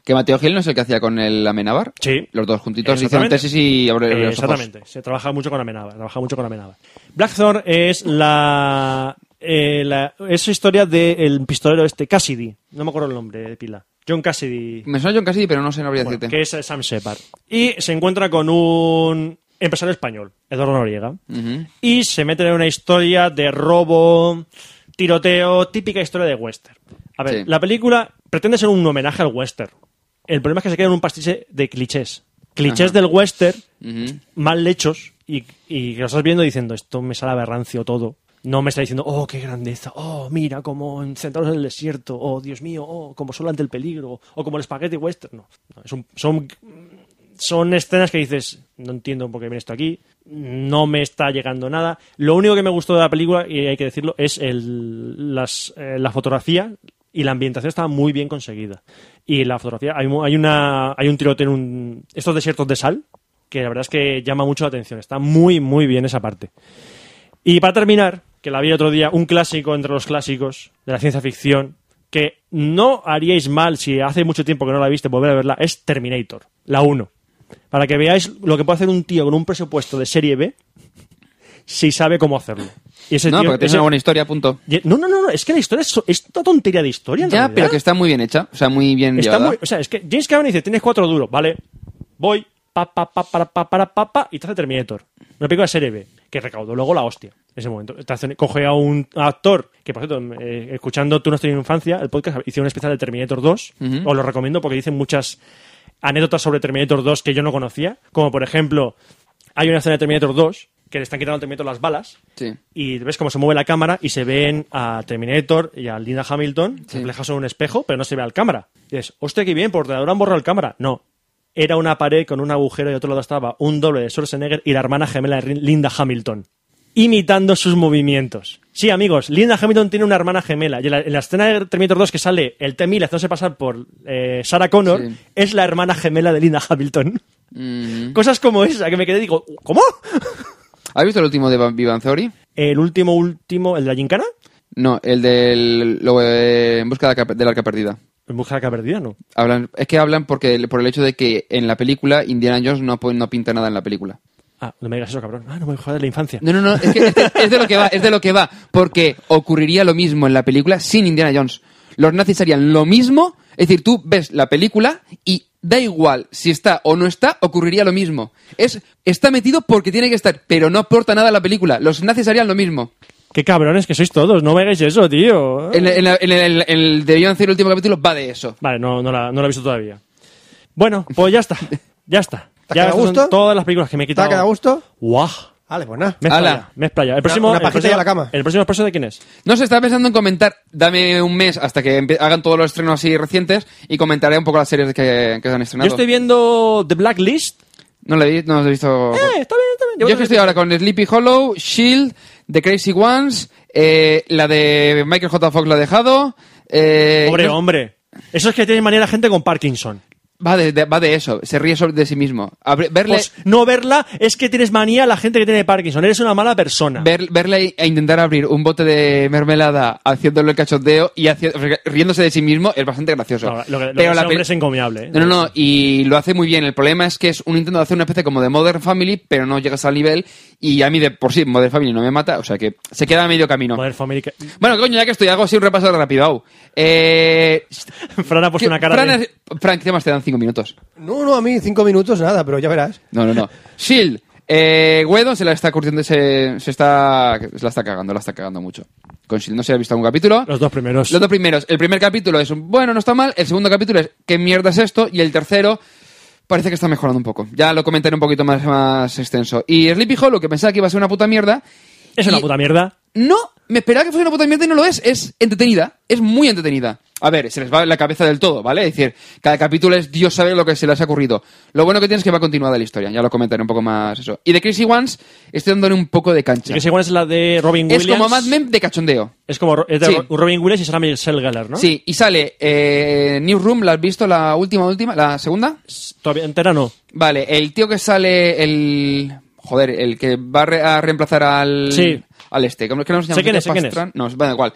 [SPEAKER 4] Que Mateo Gil no es el que hacía con el Amenábar.
[SPEAKER 2] Sí.
[SPEAKER 4] Los dos juntitos hicieron tesis y abre
[SPEAKER 2] Eh,
[SPEAKER 4] los ojos.
[SPEAKER 2] Exactamente. Se trabaja mucho con Amenábar. Trabaja mucho con Amenábar. Blackthorn es la, eh, la- es historia del pistolero este Cassidy. No me acuerdo el nombre de pila. John Cassidy.
[SPEAKER 4] Me suena John Cassidy, pero no sé, no habría
[SPEAKER 2] Bueno,
[SPEAKER 4] Mm, decirte.
[SPEAKER 2] que es eh, Sam Shepard. Y se encuentra con un empresario español, Eduardo Noriega.
[SPEAKER 4] Ujú.
[SPEAKER 2] Y se meten en una historia de robo, tiroteo, típica historia de western. A ver,
[SPEAKER 4] Sí.
[SPEAKER 2] la película pretende ser un homenaje al western. El problema es que se queda en un pastiche de clichés. Clichés del western
[SPEAKER 4] Ujú.
[SPEAKER 2] mal hechos y, y que lo estás viendo diciendo, esto me sale aberrancio todo. No me está diciendo, oh, qué grandeza, oh, mira, como en Centauros del Desierto, oh, Dios mío, oh, como solo ante el peligro, o como el espagueti western. No, no, es un- son, son escenas que dices, no entiendo por qué viene esto aquí, no me está llegando nada. Lo único que me gustó de la película, y hay que decirlo, es el, las, eh, la fotografía y la ambientación está muy bien conseguida. Y la fotografía, hay, mu- hay, una, hay un tiroteo en un, estos desiertos de sal, que la verdad es que llama mucho la atención. Está muy, muy bien esa parte. Y para terminar, que la vi otro día, un clásico entre los clásicos de la ciencia ficción, que no haríais mal si hace mucho tiempo que no la viste, volver a verla, es Terminator, la 1. Para que veáis lo que puede hacer un tío con un presupuesto de serie B si sabe cómo hacerlo. Y ese
[SPEAKER 4] No,
[SPEAKER 2] tío-
[SPEAKER 4] porque tienes
[SPEAKER 2] ese-
[SPEAKER 4] una buena historia, punto.
[SPEAKER 2] Ye- No, no, no, no, es que la historia es, es una tontería de historia. en
[SPEAKER 4] Ya,
[SPEAKER 2] realidad.
[SPEAKER 4] pero que está muy bien hecha. O sea, muy bien
[SPEAKER 2] Está
[SPEAKER 4] llevada.
[SPEAKER 2] muy- o sea, es que James Cameron dice, tienes cuatro duros, vale, voy, pa, pa, pa, para, pa, para, pa, pa, y te hace Terminator. Una película de serie B, que recaudó luego la hostia. En ese momento. Te hace- coge a un actor, que por cierto, eh, escuchando Tú no estoy en infancia, el podcast, hice un especial de Terminator 2, os lo recomiendo porque dicen muchas anécdotas sobre Terminator 2 que yo no conocía, como por ejemplo, hay una escena de Terminator 2 que le están quitando al Terminator las balas
[SPEAKER 4] Sí.
[SPEAKER 2] y ves cómo se mueve la cámara y se ven a Terminator y a Linda Hamilton reflejados en un espejo, pero no se ve al cámara. Y dices, hostia, qué bien, porque ahora han borrado el cámara. No, era una pared con un agujero y otro lado estaba un doble de Schwarzenegger y la hermana gemela de Rin- Linda Hamilton, imitando sus movimientos. Sí, amigos, Linda Hamilton tiene una hermana gemela. Y en la, en la escena de Terminator 2 que sale el T-1000 haciéndose pasar por eh, Sarah Connor,
[SPEAKER 4] Sí.
[SPEAKER 2] es la hermana gemela de Linda Hamilton.
[SPEAKER 4] Mm.
[SPEAKER 2] Cosas como esa, que me quedé y digo, ¿cómo?
[SPEAKER 4] ¿Has visto el último de Vivan Theory?
[SPEAKER 2] El último, último, el de la gincana.
[SPEAKER 4] No, el del lo, eh, en busca de la arca- del arca perdida.
[SPEAKER 2] En busca de la arca perdida, ¿no?
[SPEAKER 4] Hablan, es que hablan porque por el hecho de que en la película Indiana Jones no, pon- no pinta nada en la película.
[SPEAKER 2] Ah, no me digas eso, cabrón. Ah, no me jodas la infancia.
[SPEAKER 4] No, no, no, es, que, es que- es de lo que va, es de lo que va, porque ocurriría lo mismo en la película sin Indiana Jones. Los nazis harían lo mismo, es decir, tú ves la película y da igual si está o no está, ocurriría lo mismo. Es está metido porque tiene que estar, pero no aporta nada a la película. Los nazis harían lo mismo.
[SPEAKER 2] Qué cabrones que sois todos, no me hagáis eso, tío.
[SPEAKER 4] En, el- en la- en el- en el de Beyond Zero, el último capítulo va de eso.
[SPEAKER 2] Vale, no, no, la, no la he visto todavía. Bueno, pues ya está. Ya está.
[SPEAKER 3] ¿Te ha
[SPEAKER 2] ya
[SPEAKER 3] quedado
[SPEAKER 2] estas son
[SPEAKER 3] gusto?
[SPEAKER 2] todas las películas que me he
[SPEAKER 3] ¿Te ha
[SPEAKER 2] quitado.
[SPEAKER 3] quedado a gusto?
[SPEAKER 2] ¡Guau!
[SPEAKER 3] Vale, pues nada.
[SPEAKER 2] Me he
[SPEAKER 4] Ala.
[SPEAKER 2] explayado, me he explayado. El próximo,
[SPEAKER 3] una
[SPEAKER 2] el
[SPEAKER 3] pajita
[SPEAKER 2] próximo-
[SPEAKER 3] y a la cama.
[SPEAKER 2] ¿El próximo expreso de quién es?
[SPEAKER 4] No se está pensando en comentar. Dame un mes hasta que empie- hagan todos los estrenos así recientes y comentaré un poco las series que, que se han
[SPEAKER 2] Yo
[SPEAKER 4] estrenado.
[SPEAKER 2] estoy viendo The Blacklist.
[SPEAKER 4] No la he, no las he visto.
[SPEAKER 2] Eh, está bien, está bien.
[SPEAKER 4] Yo es que estoy ahora con Sleepy Hollow, Shield, The Crazy Ones, eh, la de Michael J. Fox la ha dejado. eh,
[SPEAKER 2] Pobre
[SPEAKER 4] no-
[SPEAKER 2] hombre. Eso es que tienes manía la gente con Parkinson.
[SPEAKER 4] Va de, de- va de eso, se ríe sobre de sí mismo. Abre- verle,
[SPEAKER 2] Pues no verla es que tienes manía la gente que tiene Parkinson. Eres una mala persona.
[SPEAKER 4] ver- verle e intentar abrir un bote de mermelada haciéndole el cachondeo y haci- riéndose de sí mismo es bastante gracioso.
[SPEAKER 2] No, lo que- lo que
[SPEAKER 4] Pero
[SPEAKER 2] ese
[SPEAKER 4] la
[SPEAKER 2] hombre
[SPEAKER 4] pel-
[SPEAKER 2] es encomiable. ¿eh?
[SPEAKER 4] No, no, no, y lo hace muy bien. El problema es que es un intento de hacer una especie como de Modern Family, pero no llegas al nivel. Y a mí, de por sí, Modern Family no me mata, o sea que se queda a medio camino.
[SPEAKER 2] Modern Family que-
[SPEAKER 4] Bueno, coño, ya que estoy, hago así un repaso rápido. au. Eh,
[SPEAKER 2] Fran ha puesto
[SPEAKER 4] ¿qué-
[SPEAKER 2] una cara
[SPEAKER 4] Fran,
[SPEAKER 2] de...
[SPEAKER 4] has- Frank, ¿qué más te dan cinco minutos?
[SPEAKER 3] No, no, a mí cinco minutos, nada, pero ya verás.
[SPEAKER 4] No, no, no. Shield, eh, Guedo se la está curtiendo, se, se está, se la está cagando, la está cagando mucho. Con Shield no se ha visto algún capítulo.
[SPEAKER 2] Los dos primeros.
[SPEAKER 4] Los dos primeros. El primer capítulo es un, bueno, no está mal. El segundo capítulo es qué mierda es esto. Y el tercero parece que está mejorando un poco. Ya lo comentaré un poquito más, más extenso. Y Sleepy Hollow, que pensaba que iba a ser una puta mierda.
[SPEAKER 2] Es una
[SPEAKER 4] y-
[SPEAKER 2] puta mierda.
[SPEAKER 4] No, me esperaba que fuese una puta mierda y no lo es. Es entretenida, es muy entretenida. A ver, se les va la cabeza del todo, ¿vale? Es decir, cada capítulo es Dios sabe lo que se les ha ocurrido. Lo bueno que tienes es que va continuada la historia, ya lo comentaré un poco más eso. Y de Crazy Ones estoy dándole un poco de cancha.
[SPEAKER 2] Que según es la de Robin Williams.
[SPEAKER 4] Es como Mad Men de cachondeo.
[SPEAKER 2] Es como Ro- es de
[SPEAKER 4] Sí.
[SPEAKER 2] Ro- Robin Williams y Sarah Michelle Gellar, ¿no?
[SPEAKER 4] Sí, y sale eh, Newsroom, ¿la has visto la última, última, la segunda?
[SPEAKER 2] Todavía entera no.
[SPEAKER 4] Vale, el tío que sale el... Joder, el que va a, re- a reemplazar al...
[SPEAKER 2] Sí.
[SPEAKER 4] Al este, ¿cómo que no se llama?
[SPEAKER 2] Sé quién es, sé quién es.
[SPEAKER 4] Pastran- No, bueno, igual.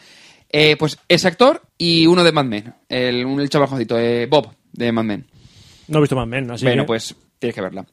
[SPEAKER 4] Eh, pues es actor y uno de Mad Men, el, un, el chaval jovencito, eh, Bob, de Mad Men.
[SPEAKER 2] No he visto Mad Men, así
[SPEAKER 4] bueno,
[SPEAKER 2] que-
[SPEAKER 4] pues tienes que verla.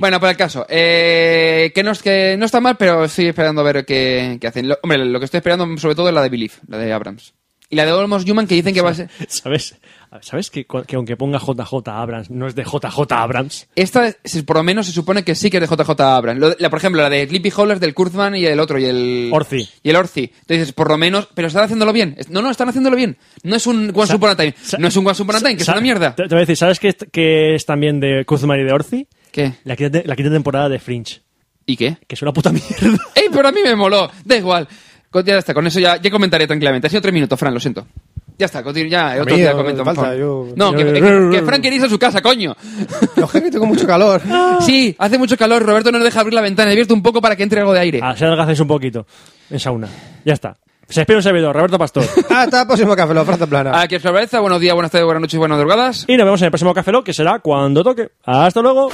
[SPEAKER 4] Bueno, por el caso, eh, que, no, es- que no está mal, pero estoy esperando a ver qué, qué hacen. Lo- hombre, lo que estoy esperando sobre todo es la de Belief, la de Abrams. Y la de Almost Human que dicen que va a ser...
[SPEAKER 2] ¿Sabes? ¿Sabes que, cu- que aunque ponga JJ Abrams, no es de JJ Abrams?
[SPEAKER 4] Esta, se- por lo menos, se supone que sí que es de JJ Abrams. Lo- la, por ejemplo, la de Sleepy Hollow es del Kurzman y el otro, y el...
[SPEAKER 2] Orci.
[SPEAKER 4] Y el Orci. Entonces, por lo menos... Pero están haciéndolo bien. Es- No, no, están haciéndolo bien. No es un One
[SPEAKER 2] Sa-
[SPEAKER 4] Upon a Time.
[SPEAKER 2] sa-
[SPEAKER 4] No es un One Upon a Time, que es
[SPEAKER 2] sa-
[SPEAKER 4] una mierda.
[SPEAKER 2] Te, te voy a decir, ¿sabes qué es, qué es también de Kuzmari de Orci?
[SPEAKER 4] ¿Qué?
[SPEAKER 2] La quinta, la quinta temporada de Fringe,
[SPEAKER 4] ¿Y qué?
[SPEAKER 2] que es una puta mierda.
[SPEAKER 4] ¡Ey, pero a mí me moló! Da igual. Con- Ya está, con eso ya, ya comentaré tranquilamente. Ha sido tres minutos, Fran, lo siento. Ya está, continu- ya, el otro
[SPEAKER 3] mí
[SPEAKER 4] día
[SPEAKER 3] no
[SPEAKER 4] comento.
[SPEAKER 3] me
[SPEAKER 4] por
[SPEAKER 3] falta,
[SPEAKER 4] favor.
[SPEAKER 3] yo-
[SPEAKER 4] No, que,
[SPEAKER 2] yo-
[SPEAKER 4] que, que Fran quería irse a su casa, coño.
[SPEAKER 3] No, que tengo mucho calor. Ah,
[SPEAKER 4] Sí, hace mucho calor, Roberto no nos deja abrir la ventana, he abierto un poco para que entre algo de aire.
[SPEAKER 2] Ah, se adelgazáis un poquito en sauna. Ya está. Se despide un servidor, Roberto Pastor.
[SPEAKER 3] Hasta pues, el próximo café, la Franza Plana.
[SPEAKER 4] Aquí os lo agradezco, buenos días, buenas tardes, buenas noches, buenas madrugadas.
[SPEAKER 2] y nos vemos en el próximo Café Lock, que será cuando toque. ¡Hasta luego!